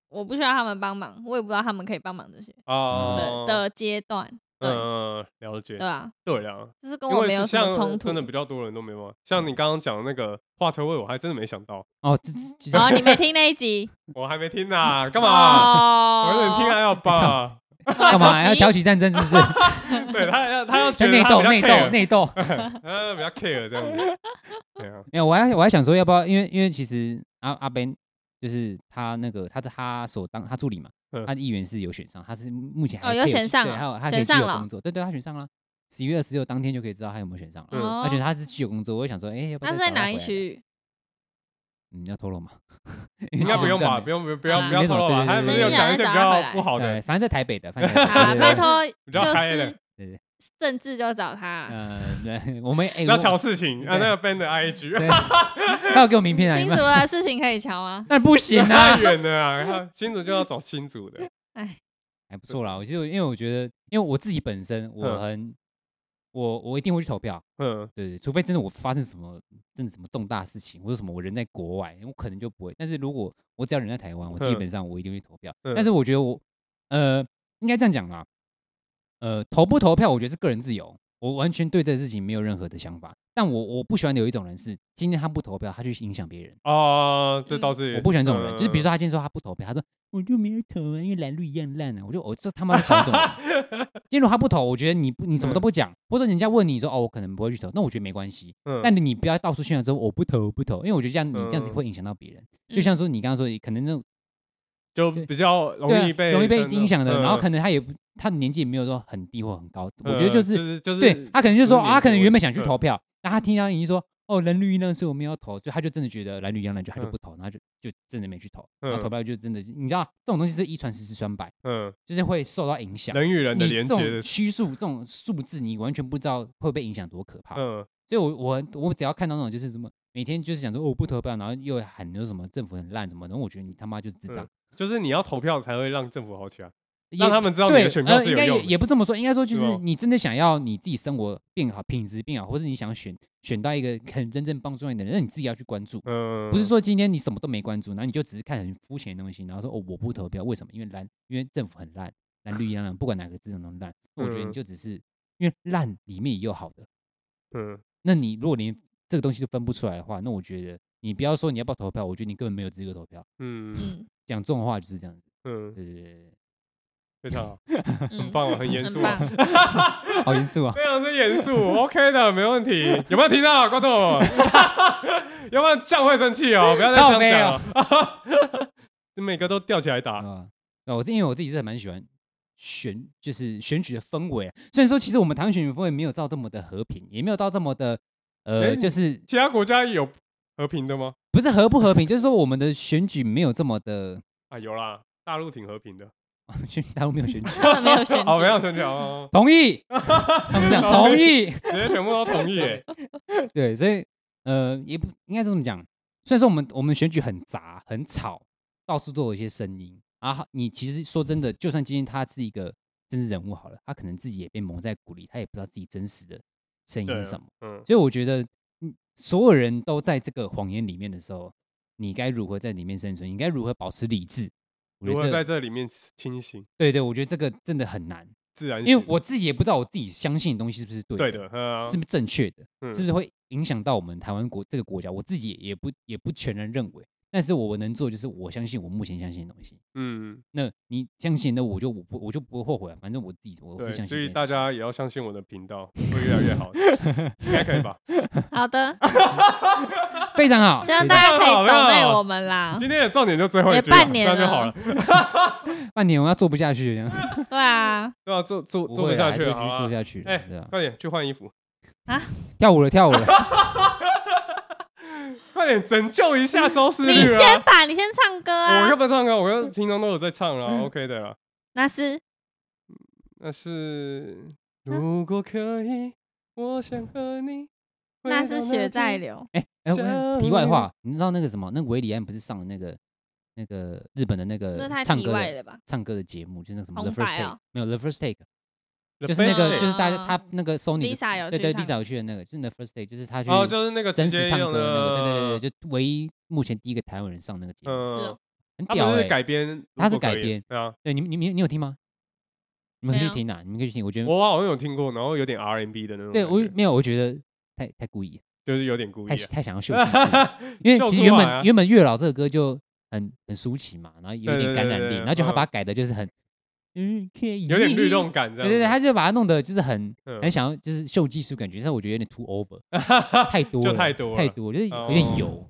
S4: 我不需要他们帮忙，我也不知道他们可以帮忙这些的、
S1: 啊，
S4: 的阶段。对、
S1: 嗯，了解
S4: 对，啊，
S1: 对啊，
S4: 就是跟
S1: 因
S4: 我
S1: 为
S4: 没有
S1: 是
S4: 什
S1: 像
S4: 么冲突
S1: 真。的比较多人都没有啊。像你刚刚讲的那个画车位，我还真的没想 到，
S3: 哦，这这
S4: 然后
S3: 这
S4: 你没听那一集？
S1: 我还没听呢，干嘛？
S4: 哦
S1: 我有点听还要 吧，
S3: 干嘛要挑起战争？是不 是？
S1: 对他要他要觉得
S3: 要内
S1: 他
S3: 斗，
S1: 比较
S3: 内
S1: care
S3: 斗， 内斗。
S1: 啊，比较 care 这样 子。对啊，
S3: 没有，我还我还想说，要不要？因为因为其实阿阿 Ben 就是他那个他的他所当他助理嘛，
S1: 嗯
S3: 他的议员是有选上，他是目前还
S4: 哦
S3: 可以
S4: 有选
S3: 去
S4: 上
S3: 对，
S4: 啊
S3: 还有他
S4: 选
S3: 可以具
S4: 上
S3: 有
S4: 了
S3: 工作，对对，他选上了。十一月十六当天就可以知道他有没有选上了。
S1: 嗯
S4: 哦
S3: 而且他是具有工作，我就想说，哎，要不要
S4: 那是
S3: 再
S4: 在
S3: 找他
S4: 哪一
S3: 回来
S4: 区？域？
S3: 嗯，要透露吗？
S1: 应
S3: 应
S1: 该不用吧？不用，
S3: 用。
S1: 不用，不要，
S4: 啊
S1: 不要
S3: 没什
S1: 透
S3: 么
S1: 露吧。
S3: 对对
S1: 他是
S3: 对
S1: 有
S3: 对
S1: 讲一些比较不好
S3: 对，
S1: 的，
S3: 反正在台北的，反正
S4: 啊，拜，托，
S1: 比较
S4: 就
S1: 嗨的
S4: 是
S3: 对对对
S4: 政治就找他，
S3: 呃，对我们哎，
S1: 要
S3: 我
S1: 瞧事情啊。
S3: 对
S1: 那个 Ben 的 IG
S3: 对，他有给我名片啊，
S4: 新
S3: 你
S4: 竹
S3: 们。
S4: 的事情可以瞧啊
S3: 那不行啊
S1: 太，远了啊，他新组就要找新组的。
S3: 还哎不错啦。我就因为我觉得，因为我自己本身我
S1: 嗯
S3: 很，我我一定会去投票，
S1: 嗯
S3: 对对，除非真的我发生什么真的什么重大事情，或者什么我人在国外，我可能就不会。但是如果我只要人在台湾，我基
S1: 嗯
S3: 本上我一定会投票。
S1: 嗯
S3: 但是我觉得我呃，应该这样讲啦，呃，投不投票，我觉得是个人自由，我完全对这个事情没有任何的想法。但我我不喜欢的有一种人是，今天他不投票，他去影响别人。
S1: 哦，这倒是
S3: 我不喜欢这种人，就是比
S1: 说，
S3: 如说他今天说他不投票，他说我就没有投啊，因为蓝绿一样烂啊，我就我这他妈是投这种 人。今天如果他不投，我觉得你不你
S1: 嗯
S3: 什么都不讲，或者人家问你说哦，我可能不会去投，那我觉得没关系。
S1: 嗯
S3: 但你不要到处宣传说我不投我不投，因为我觉得这样你这样子
S1: 嗯
S3: 会影响到别人。
S4: 嗯
S3: 就像说你刚刚说，可能那种
S1: 就比较
S3: 对啊
S1: 容易被
S3: 容易被影响的，
S1: 嗯
S3: 然后可能他也不他的年纪也没有说很低或很高，我觉得
S1: 嗯
S3: 就
S1: 就是就是
S3: 对他可能就
S1: 就是
S3: 说
S1: 年
S3: 啊，他可
S1: 纪
S3: 能
S1: 问
S3: 原本
S1: 题
S3: 想去
S1: 嗯
S3: 投票，但他听到你说哦蓝绿一样，所以我们要投，所以他就真的觉得蓝绿一样，就他就
S1: 嗯
S3: 不投，然后就就真的没去投，然后
S1: 嗯
S3: 投票就真的你知道这种东西是一传十，十传百，
S1: 嗯
S3: 就是会受到影响。
S1: 人与人的
S3: 你
S1: 连
S3: 这
S1: 接
S3: 种
S1: 的，
S3: 虚数、这种数字，你完全不知道会被影响多可怕。
S1: 嗯
S3: 所以我我我只要看到那种就是什么每天就是想说哦我不投票，然后又喊说什么政府很烂什么，然后我觉得你他妈就是智障
S1: 嗯，就是你要投票才会让政府好起来，
S3: 也
S1: 嗯让他们知道你
S3: 对，
S1: 的选票
S3: 呃
S1: 是
S3: 应
S1: 有
S3: 该
S1: 用
S3: 也
S1: 的。
S3: 也不这么说，应该说就是是
S1: 吗
S3: 你真的想要你自己生活变好，品质变好，或是你想选选到一个很真正帮助到你的人，那你自己要去关注，
S1: 嗯，
S3: 不是说今天你什么都没关注，然后你就只是看很肤浅的东西，然后说哦我不投票，为什么？因为蓝，因为政府很烂，蓝绿一样烂，不管哪个智能都烂。那我觉得你
S1: 嗯
S3: 就只是因为烂里面也有好的，
S1: 嗯
S3: 那你如果连这个东西都分不出来的话，那我觉得你不要说你要不要投票，我觉得你根本没有资格投票。
S1: 嗯
S4: 嗯
S3: 讲这种话就是这样子，
S1: 嗯，
S3: 对对对对
S1: 非常好， 很
S4: 嗯，
S1: 棒啊，很严肃
S4: 很
S1: 啊
S4: 棒。。
S3: 对，好严肃啊！
S1: 非常之严肃，OK 的，没问题。有没有听到，啊观众？ 要不然这样会生气哦，不要再这 样讲哦。每个都吊起来打，
S3: 嗯啊啊，对我是因为我自己是蛮喜欢选就是选举的氛围啊。虽然说其实我们台湾选举氛围没有到这么的和平，也没有到这么的
S1: 哎
S3: 呃，
S1: 你
S3: 就是
S1: 其他国家有和平的吗？
S3: 不是和不和平，就是说我们的选举没有这么的，
S1: 啊，有啦，大陆挺和平的。
S3: 选大陆没有选举，
S4: 他们没有选
S1: 哦，没有
S4: 举，
S1: 选举 哦，
S3: 同意，他们讲同意，
S1: 直接全部都同意耶。
S3: 对，所以呃，也不应该是这么讲。虽然说我们我们选举很杂很吵，到处都有一些声音啊。你其实说真的，就算今天他是一个政治人物好了，他可能自己也被蒙在鼓里，他也不知道自己真实的声音
S1: 对
S3: 是
S1: 啊
S3: 什么。
S1: 嗯，
S3: 所以我觉得，嗯，所有人都在这个谎言里面的时候，你该如何在里面生存？你该如何保持理智？我
S1: 如
S3: 觉
S1: 何
S3: 得
S1: 在
S3: 这
S1: 这里面清醒、
S3: 对对，我觉得这个真的很难，
S1: 自然醒？
S3: 因为我自己也不知道我自己相信的东西是不是对
S1: 对
S3: 的
S1: 的，嗯啊
S3: 是不是正确的，
S1: 嗯
S3: 是不是会影响到我们台湾国这个国家？我自己也不也不全然认为，但是我能做的就是我相信我目前相信的东西。
S1: 嗯，
S3: 那你相信，那我就我不我就不会后悔啊，反正我自己我
S1: 对
S3: 是，相信这件事。
S1: 所以大家也要相信我的频道会越来越好的，应该可 以吧？
S4: 好的，
S3: 非常好，
S4: 希望
S3: 非常
S4: 大家可以
S1: 好
S4: 懂内
S1: 那好
S4: 我们啦。
S1: 今天的重点就最后一
S4: 也
S1: 句了，
S4: 半
S1: 这
S4: 年
S1: 样就好
S4: 了
S1: 了。
S3: 半年我要做不下 去了，这样
S4: 对啊，
S1: 对啊，做做
S3: 不
S1: 做不
S3: 会啊
S1: 下
S3: 还
S1: 去
S3: 是
S1: 了，
S3: 会
S1: 好
S3: 继续
S1: 啊
S3: 做下去的，对
S1: 哎
S3: 啊，
S1: 快点去换衣服，
S3: 跳舞了，跳舞了，
S1: 快点拯救一
S3: 嗯
S1: 下收视率
S4: 你先
S1: 啊！
S4: 吧，你先唱歌
S1: 我
S4: 啊
S1: 又。不唱歌，我又平常都有在唱
S3: 嗯
S1: 啦 o k 的啦。
S4: 那是
S1: 那是如果可以，我想和你。
S4: 那是血
S1: 啊
S4: 在。流，
S3: 哎哎，我
S1: 想
S3: 题外
S1: 念
S3: 话，你知道那个什么，那个维里安不是上了那个那个日本的那个
S4: 那太
S3: 呃唱
S4: 体
S3: 歌
S4: 外
S3: 的
S4: 了吧？
S3: 唱歌的节目，就那个什么
S4: 红
S3: The First
S4: 白
S3: Take，、
S4: 哦
S3: 没有 The First Take。
S1: The
S3: 就是那个，
S1: First
S3: 就是大家
S4: 啊
S3: 他那个 Sony 的
S4: Lisa 有
S3: 对
S4: 去
S3: 对
S4: 唱
S3: Lisa 有去的那个，就是那 first day，就是他
S1: Take
S3: 去
S1: 哦，就是那个直
S3: 真
S1: 接
S3: 实唱歌
S1: 用
S3: 的那个，对对
S1: 的
S3: 对对，就唯一目前第一个台湾人上那个节目，
S1: 嗯
S4: 是哦，
S3: 很
S1: 它
S3: 屌
S1: 不
S3: 哎、
S1: 是改编，
S3: 它
S1: 如
S3: 是
S1: 果
S3: 改
S1: 可以
S3: 编
S1: 对啊。
S3: 对，你们你们你有听吗？你们可以
S4: 没
S3: 去
S4: 有
S3: 听啊，你们可以去听，我觉得
S1: 我好像有听过，然后有点 R&B 的那种感
S3: 对
S1: 觉，
S3: 我没有，我觉得太太故意，
S1: 就是有点故意
S3: 太
S1: 啊。
S3: 太 想要秀技术了，因为其实原本、原本月老这个歌就很很抒情嘛，然后有
S1: 对
S3: 点
S1: 对
S3: 感
S1: 对
S3: 染力，
S1: 对
S3: 然后就他
S1: 嗯
S3: 把它改的就是很嗯可以，
S1: 有点律动， 感这
S3: 对
S1: 样。
S3: 对对，他就把它弄得就是很
S1: 嗯
S3: 很想要就是秀技术感觉，但是我觉得有点 too over。
S1: 他
S3: 太多
S1: 就
S3: 了
S1: 太多
S3: 太
S1: 了
S3: 多，就是有点
S1: 哦
S3: 油。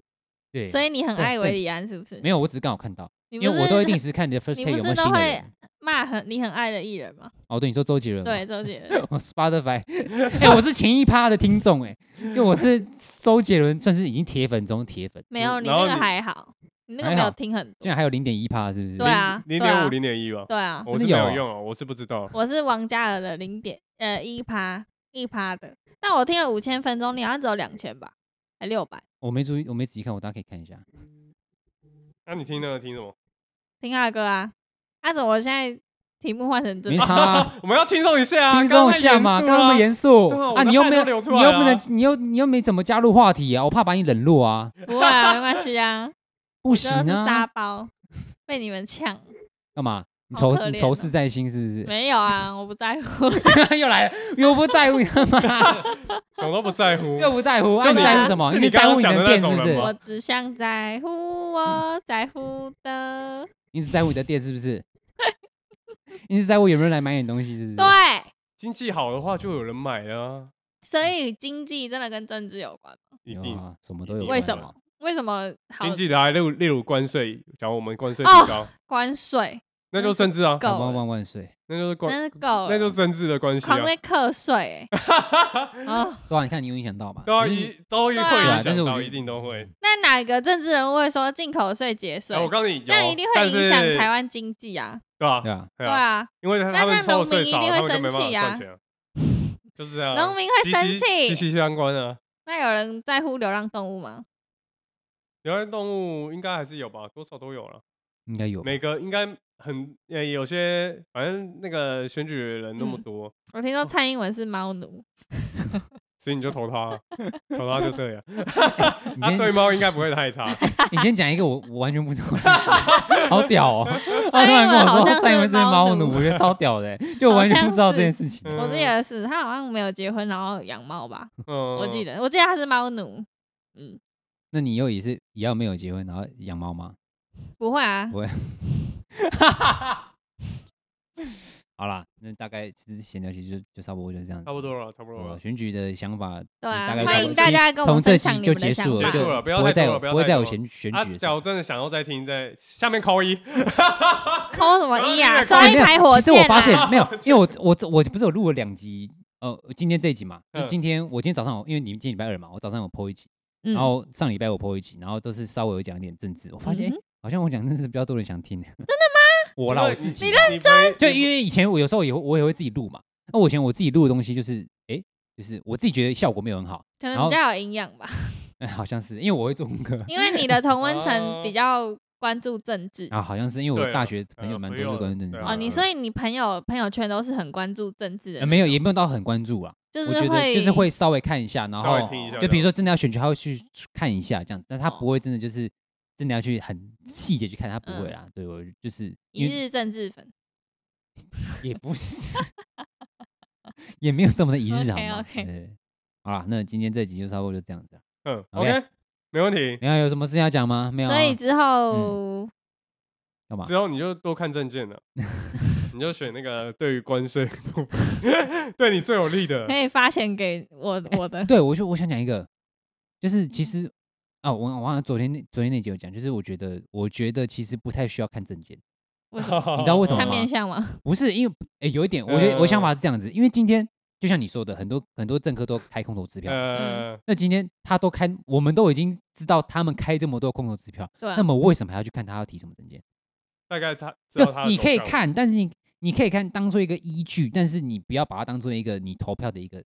S3: 对，
S4: 所以你很
S3: 对
S4: 爱
S3: 对
S4: 维里安是不是？
S3: 没有，我只是刚好看到，
S4: 你
S3: 因
S4: 不
S3: 为我都会
S4: 是
S3: 定 时看你的 first
S4: 你
S3: take
S4: 不
S3: 有没有
S4: 是
S3: 新
S4: 都
S3: 的
S4: 会
S3: 人。
S4: 骂很你很爱的艺人吗？
S3: 哦，对，你说周杰伦吗，
S4: 对，周杰 伦。
S3: 我，Spotify，哎， 我是前一趴的听众哎，因为我 是周杰伦算是已经铁粉中的铁粉，
S4: 没有，你
S1: 然后
S4: 那个
S1: 你
S4: 还好，你那个
S3: 还
S4: 没有
S3: 好
S4: 听很
S3: 竟
S4: 多。
S3: 然还有零点一趴，是不是？
S4: 对啊，
S1: 零
S4: 对啊
S1: 点五、零点一吧。
S4: 对啊，
S1: 我
S3: 真
S1: 是
S3: 的
S1: 没
S3: 有
S1: 有
S3: 啊
S1: 用啊，我是不知 道。
S4: 我是王嘉尔的零点呃一趴一趴的，但我听了五千分钟，你好像只有两千吧，还六百，
S3: 我没注意，我没仔细看，我大家可以看一下。
S1: 那你听那个听什么？
S4: 听他的歌啊。阿怎我现在题目换成这
S3: 没
S4: 个，
S3: 差 啊，
S1: 我们要轻松一下啊，
S3: 轻松
S1: 刚刚
S3: 一
S1: 太
S3: 下嘛，
S1: 肃
S3: 刚
S1: 了啊
S3: 刚那么严肃
S1: 对啊我
S3: 啊，
S1: 的
S3: 你又
S1: 汗
S3: 没有，
S1: 都流出
S3: 你
S1: 来
S3: 又
S1: 了
S3: 不
S1: 啊
S3: 能，你又你又没怎么加入话题啊，我怕把你冷落啊，
S4: 不会啊，没关系 啊，
S3: 不
S4: 就
S3: 行
S4: 是沙
S3: 啊，
S4: 包，被你们呛。
S3: 干嘛？你
S4: 好
S3: 仇
S4: 可
S3: 你
S4: 怜
S3: 仇
S4: 啊
S3: 视在心是不是？
S4: 没有 啊，我不在乎，
S3: 又来了，又不在 乎他妈，
S1: 什么都不 在乎。
S3: 又不在乎，
S1: 就
S3: 啊、你
S4: 是
S3: 在乎什么？
S1: 是
S3: 你
S1: 你
S3: 在乎
S1: 刚刚讲
S3: 的
S1: 的
S3: 店
S1: 那种
S3: 是不
S1: 人
S4: 我
S3: 是？
S1: 吗
S4: 只想在乎我在乎的。
S3: 你只在乎你的店是不是？ 你只在乎有没有人来买你的东西是不是？
S4: 对，啊
S1: 经济好的话，就有人买了啊，
S4: 所以经济真的跟政治有关吗，
S1: 一
S3: 有
S1: 定。
S3: 啊，什么都有。
S1: 一定
S4: 为什么？？为什么好
S1: 经济的啊，例如例如关税，假如我们关税提
S4: 哦
S1: 高，
S4: 关税？
S1: 那就是政治啊，
S4: 够
S3: 万万
S4: 了，
S3: 万万岁！
S1: 那就是关，
S4: 真的够了，
S1: 那就是政治的关系啊
S4: 狂。被 课税、欸。啊，
S3: 对啊，你看你有影响到吧？
S1: 对啊，
S3: 只是
S1: 一都会
S4: 对啊
S1: 影
S3: 但是
S1: 响
S3: 我觉
S1: 到，
S3: 得
S1: 一定都会。
S4: 那哪个政治人物会说进口税节税
S1: 哎，？我告诉你，
S4: 这样
S1: 有
S4: 一定会影响台，湾经济啊！
S1: 但是对
S3: 对
S1: 吧？
S3: 啊，
S1: 对
S4: 对，啊，
S1: 因为
S4: 那
S1: 他
S4: 那
S1: 们
S4: 农
S1: 收
S4: 民
S1: 税
S4: 一
S1: 少，
S4: 定会
S1: 他们就没
S4: 生
S1: 办法
S4: 气啊
S1: 赚钱啊，就是这样啊。
S4: 农民会
S1: 息
S4: 生
S1: 息息
S4: 气。
S1: 息相关啊。
S4: 那有人在乎流浪动物吗？
S1: 有些动物应该还是有吧，多少都有了。
S3: 应该有吧。
S1: 每个应该很呃有些，反正那个选举人那么
S4: 嗯
S1: 多，
S4: 我听说蔡英文是猫奴，
S1: 所以你就投他 啊，投他就对了。
S3: 你
S1: 他
S3: 今
S1: 啊对
S3: 天
S1: 猫应该不会 太差，
S3: 你今天讲一个我我完全不知道的事 情，好屌 哦！他
S4: 蔡
S3: 突然
S4: 英文
S3: 跟我
S4: 好
S3: 说
S4: 像
S3: 蔡英文
S4: 是
S3: 是猫
S4: 猫
S3: 奴，
S4: 奴
S3: 我觉得超屌的欸，就我完全不知道这件事情。
S1: 嗯
S4: 我记得是他好像没有结婚，然后养猫吧，
S1: 嗯，
S4: 我记得，我记得他是猫奴。嗯，
S3: 那你又也是也要没有结婚，然后养猫吗？
S4: 不会啊，
S3: 不会好啦，那大概其实闲聊其实就就差不多就是这样子
S1: 差。不多了，差不多
S3: 我
S1: 了。啊
S3: 选举的想法，
S4: 对啊
S3: 大概
S1: 欢
S3: 就
S1: 迎
S4: 大家跟我们
S3: 从这
S4: 分享
S3: 集
S4: 你
S3: 就
S4: 们的
S3: 结
S4: 想
S3: 束了，
S4: 法
S3: 就
S4: 结束
S1: 了不要
S3: 会
S1: 太
S3: 再
S1: 多了
S3: 有
S1: 不要
S3: 会
S1: 太
S3: 再有
S1: 多
S3: 选选
S1: 啊
S3: 举的，事
S1: 假如
S3: 情。
S1: 真的想要再听，在下面扣一。
S4: 抠什么一啊？
S1: 哎
S4: 刷
S3: 哎
S4: 一
S3: 没有
S4: 排火
S3: 其实我
S4: 箭
S3: 发现
S4: 啊！
S3: 没有，因为我我我不是有录了两集，呃，今天这一集嘛，
S1: 嗯
S3: 就今天我今天早上有，因为你们今天礼拜二嘛，我早上有 PO 一集，
S4: 嗯
S3: 然后上礼拜我 PO 一集，然后都是稍微有讲一点政治，我发现、
S4: 嗯
S3: 哎
S4: 哼
S3: 好像我讲政治比较多人想听，真的吗？ 我啦，我自己
S1: 你
S3: 啦，
S1: 认真
S3: 就因为以前我有时候也会我也会自己录嘛，那我以前我自己录的东西就是，哎、就是我自己觉得效果没有很好，
S4: 可
S3: 然
S4: 能
S3: 后
S4: 比较有营养吧，
S3: 哎，好像是因为我会做功课
S4: 因为你的同温层
S1: 哦
S4: 比较关注政治
S3: 啊，好像是因为
S1: 对
S3: 我
S1: 啊
S3: 大学朋
S1: 呃
S3: 友蛮多
S1: 朋友
S3: 是关于政治
S1: 对
S3: 的
S1: 啊
S4: 哦。你所以你朋友朋友圈都是很关注政治的那
S3: 呃
S4: 种，
S3: 没有也没有到很关注啊，
S4: 就
S3: 我
S4: 是
S3: 觉得
S4: 会
S3: 就是会稍微看一下，然
S1: 稍微
S3: 后
S1: 听一下
S3: 就比如说真的要选举，他会去看一下这样子，但他
S4: 哦
S3: 不会真的就是真的要去很细节去看，他不会啦。对我就是
S4: 嗯一
S3: 因为
S4: 日政治粉。
S3: 也不是， 也没有这么的一日好吗？对
S4: OK，OK
S3: 对对好啦，那今天这集就差不多就这样子了。
S1: 嗯
S3: OK
S1: ，OK，没问题。
S3: 你看有什么事情要讲吗？没有啊，嗯
S4: 所以之后
S3: 干嘛？
S1: 之后你就多看证 件了，你就选那个对于关税部分 对你最有利的
S4: 可。以发钱给我我的，
S3: 对，我就我想讲一个，就是其实啊，我我好像昨天那昨天那集有讲，就是我觉得我觉得其实不太需要看证件，
S4: 为什么？
S3: 你知道为什么
S4: 看
S3: 吗
S4: 面相吗？
S3: 不是因为诶有一点，我觉得我想法是这样子，因为今天就像你说的，很多很多政客都开空头支票，
S1: 呃，
S3: 那今天他都开，我们都已经知道他们开这么多空头支票，
S4: 对啊
S3: 那么为什么还要去看他要提什么证件？
S1: 大概他知道他的
S3: 你可以
S1: 走向，
S3: 看，但是你你可以看当做一个依据，但是你不要把它当做一个你投票的一个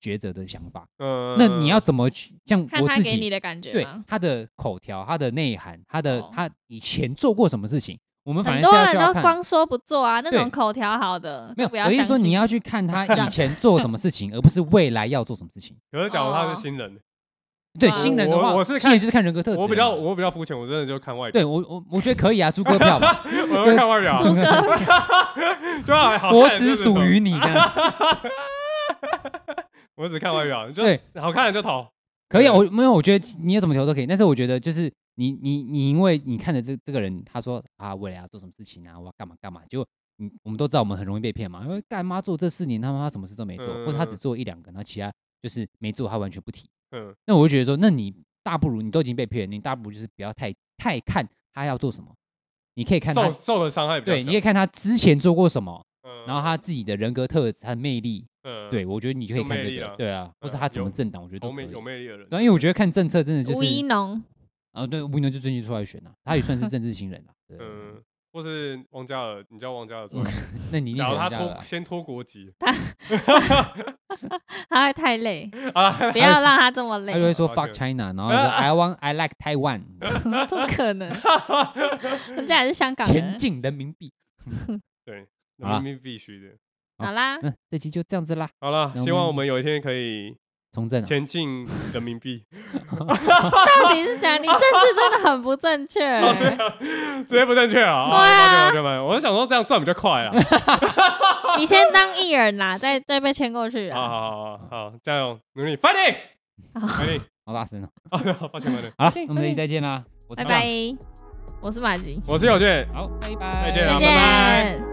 S3: 抉择的想法。
S1: 嗯
S3: 那你要怎么去？像
S4: 看
S3: 我
S4: 他
S3: 自
S4: 给
S3: 己，
S4: 你的感觉
S3: 对
S4: 吗？
S3: 他的口条、他的内涵、他的、
S4: 哦
S3: 他以前做过什么事情，我们反而
S4: 很
S3: 是
S4: 多
S3: 要
S4: 人
S3: 需要
S4: 都
S3: 看
S4: 光说不做啊，那
S3: 对
S4: 种口条好的
S3: 没有
S4: 都不要。
S3: 我
S4: 相
S3: 是说
S4: 信
S3: 你要去看他以前做什么事 情，而不是未来要做什么事情。
S1: 可是假如他
S4: 哦
S1: 是新人，
S3: 对
S4: 哦
S3: 新人的话，
S1: 我我是
S3: 新人
S1: 看
S3: 就是看人格特质嘛。
S1: 我比较我比较肤浅，我真的就看外表，
S3: 啊对我我我觉得可以啊， 猪哥票嘛，
S1: 我就看外表，
S4: 猪哥
S1: 对啊，好看
S3: 我
S1: 的
S3: 只
S1: 就
S3: 属
S1: 投
S3: 于你这样。
S1: 我只看外表，就
S3: 对
S1: 好看的就投，
S3: 可以啊，我没有，我觉得你要怎么投都可以，但是我觉得就是你你你，因为你看着这这个人，他说啊，未来要做什么事情啊，我要干嘛干嘛，结果你我们都知道我们很容易被骗嘛，因为干妈做这四年，他妈什么事都没做，或者他只
S1: 嗯
S3: 做一两个，然后其他就是没做，他完全不提。
S1: 嗯，
S3: 那我就觉得说，那你大不如你都已经被骗，你大不如就是不要太太看他要做什么，你可以看他
S1: 受，受的伤害比较
S3: 对，
S1: 小，
S3: 你可以看他之前做过什么，
S1: 嗯
S3: 然后他自己的人格特质、他的魅力，
S1: 嗯
S3: 对我觉得你就可以
S1: 有
S3: 看
S1: 魅
S3: 这
S1: 力
S3: 个
S1: 啊，
S3: 对啊，或是
S1: 嗯
S3: 他怎么
S1: 有
S3: 政党，我觉得都
S1: 有
S3: 可
S1: 魅
S3: 以
S1: 有。魅力的人，
S3: 对啊，因为我觉得看政策真的就
S4: 吴一
S3: 是
S4: 农，
S3: 啊，对，吴牛就最近出来选了、他也算 是政治新人了、对，
S1: 嗯，或是王嘉尔，你叫王嘉尔做
S3: 嗯，那你一定
S1: 假如
S3: 投
S1: 他
S3: 人家了
S1: 脱
S3: 啊。
S1: 先脱国籍
S4: 他会太 累，
S1: 啊，
S4: 不要让他这么累
S3: 他就，会说
S1: 哦
S3: fuck
S1: ，OK
S3: China，然后 说 I want I like Taiwan，
S4: 怎么可能？人家也是香港
S3: 前
S4: 人。
S3: 进人民币。好啦
S1: 明明必须的。
S4: 好啦，
S3: 嗯，这期就这样子啦，
S1: 好了，
S3: 那我
S1: 希望
S3: 们
S1: 我们有一天可 以
S3: 从政、啊。
S1: 前进人民币，
S4: 到底是讲你政治真的很不正 确欸、
S3: 哦
S1: 直接不正确啊！
S4: 对啊
S1: 抱歉抱歉抱歉，我是想说这样赚比较快 啊。
S4: 你先当艺人啦，再再被签过去
S3: 哦
S1: 好
S4: 啊。
S1: 好好好，好，加油，努力，fighting，
S4: 好
S1: fighting
S3: 好大声哦、
S1: 好的，抱歉抱歉，
S3: 好 了，那我们这期再见啦，我是
S4: 拜
S3: John，
S4: 拜，我是马吉，
S1: 我是有健，
S3: 好，拜拜，
S1: 再见啊
S4: 再
S1: 拜拜
S4: 见。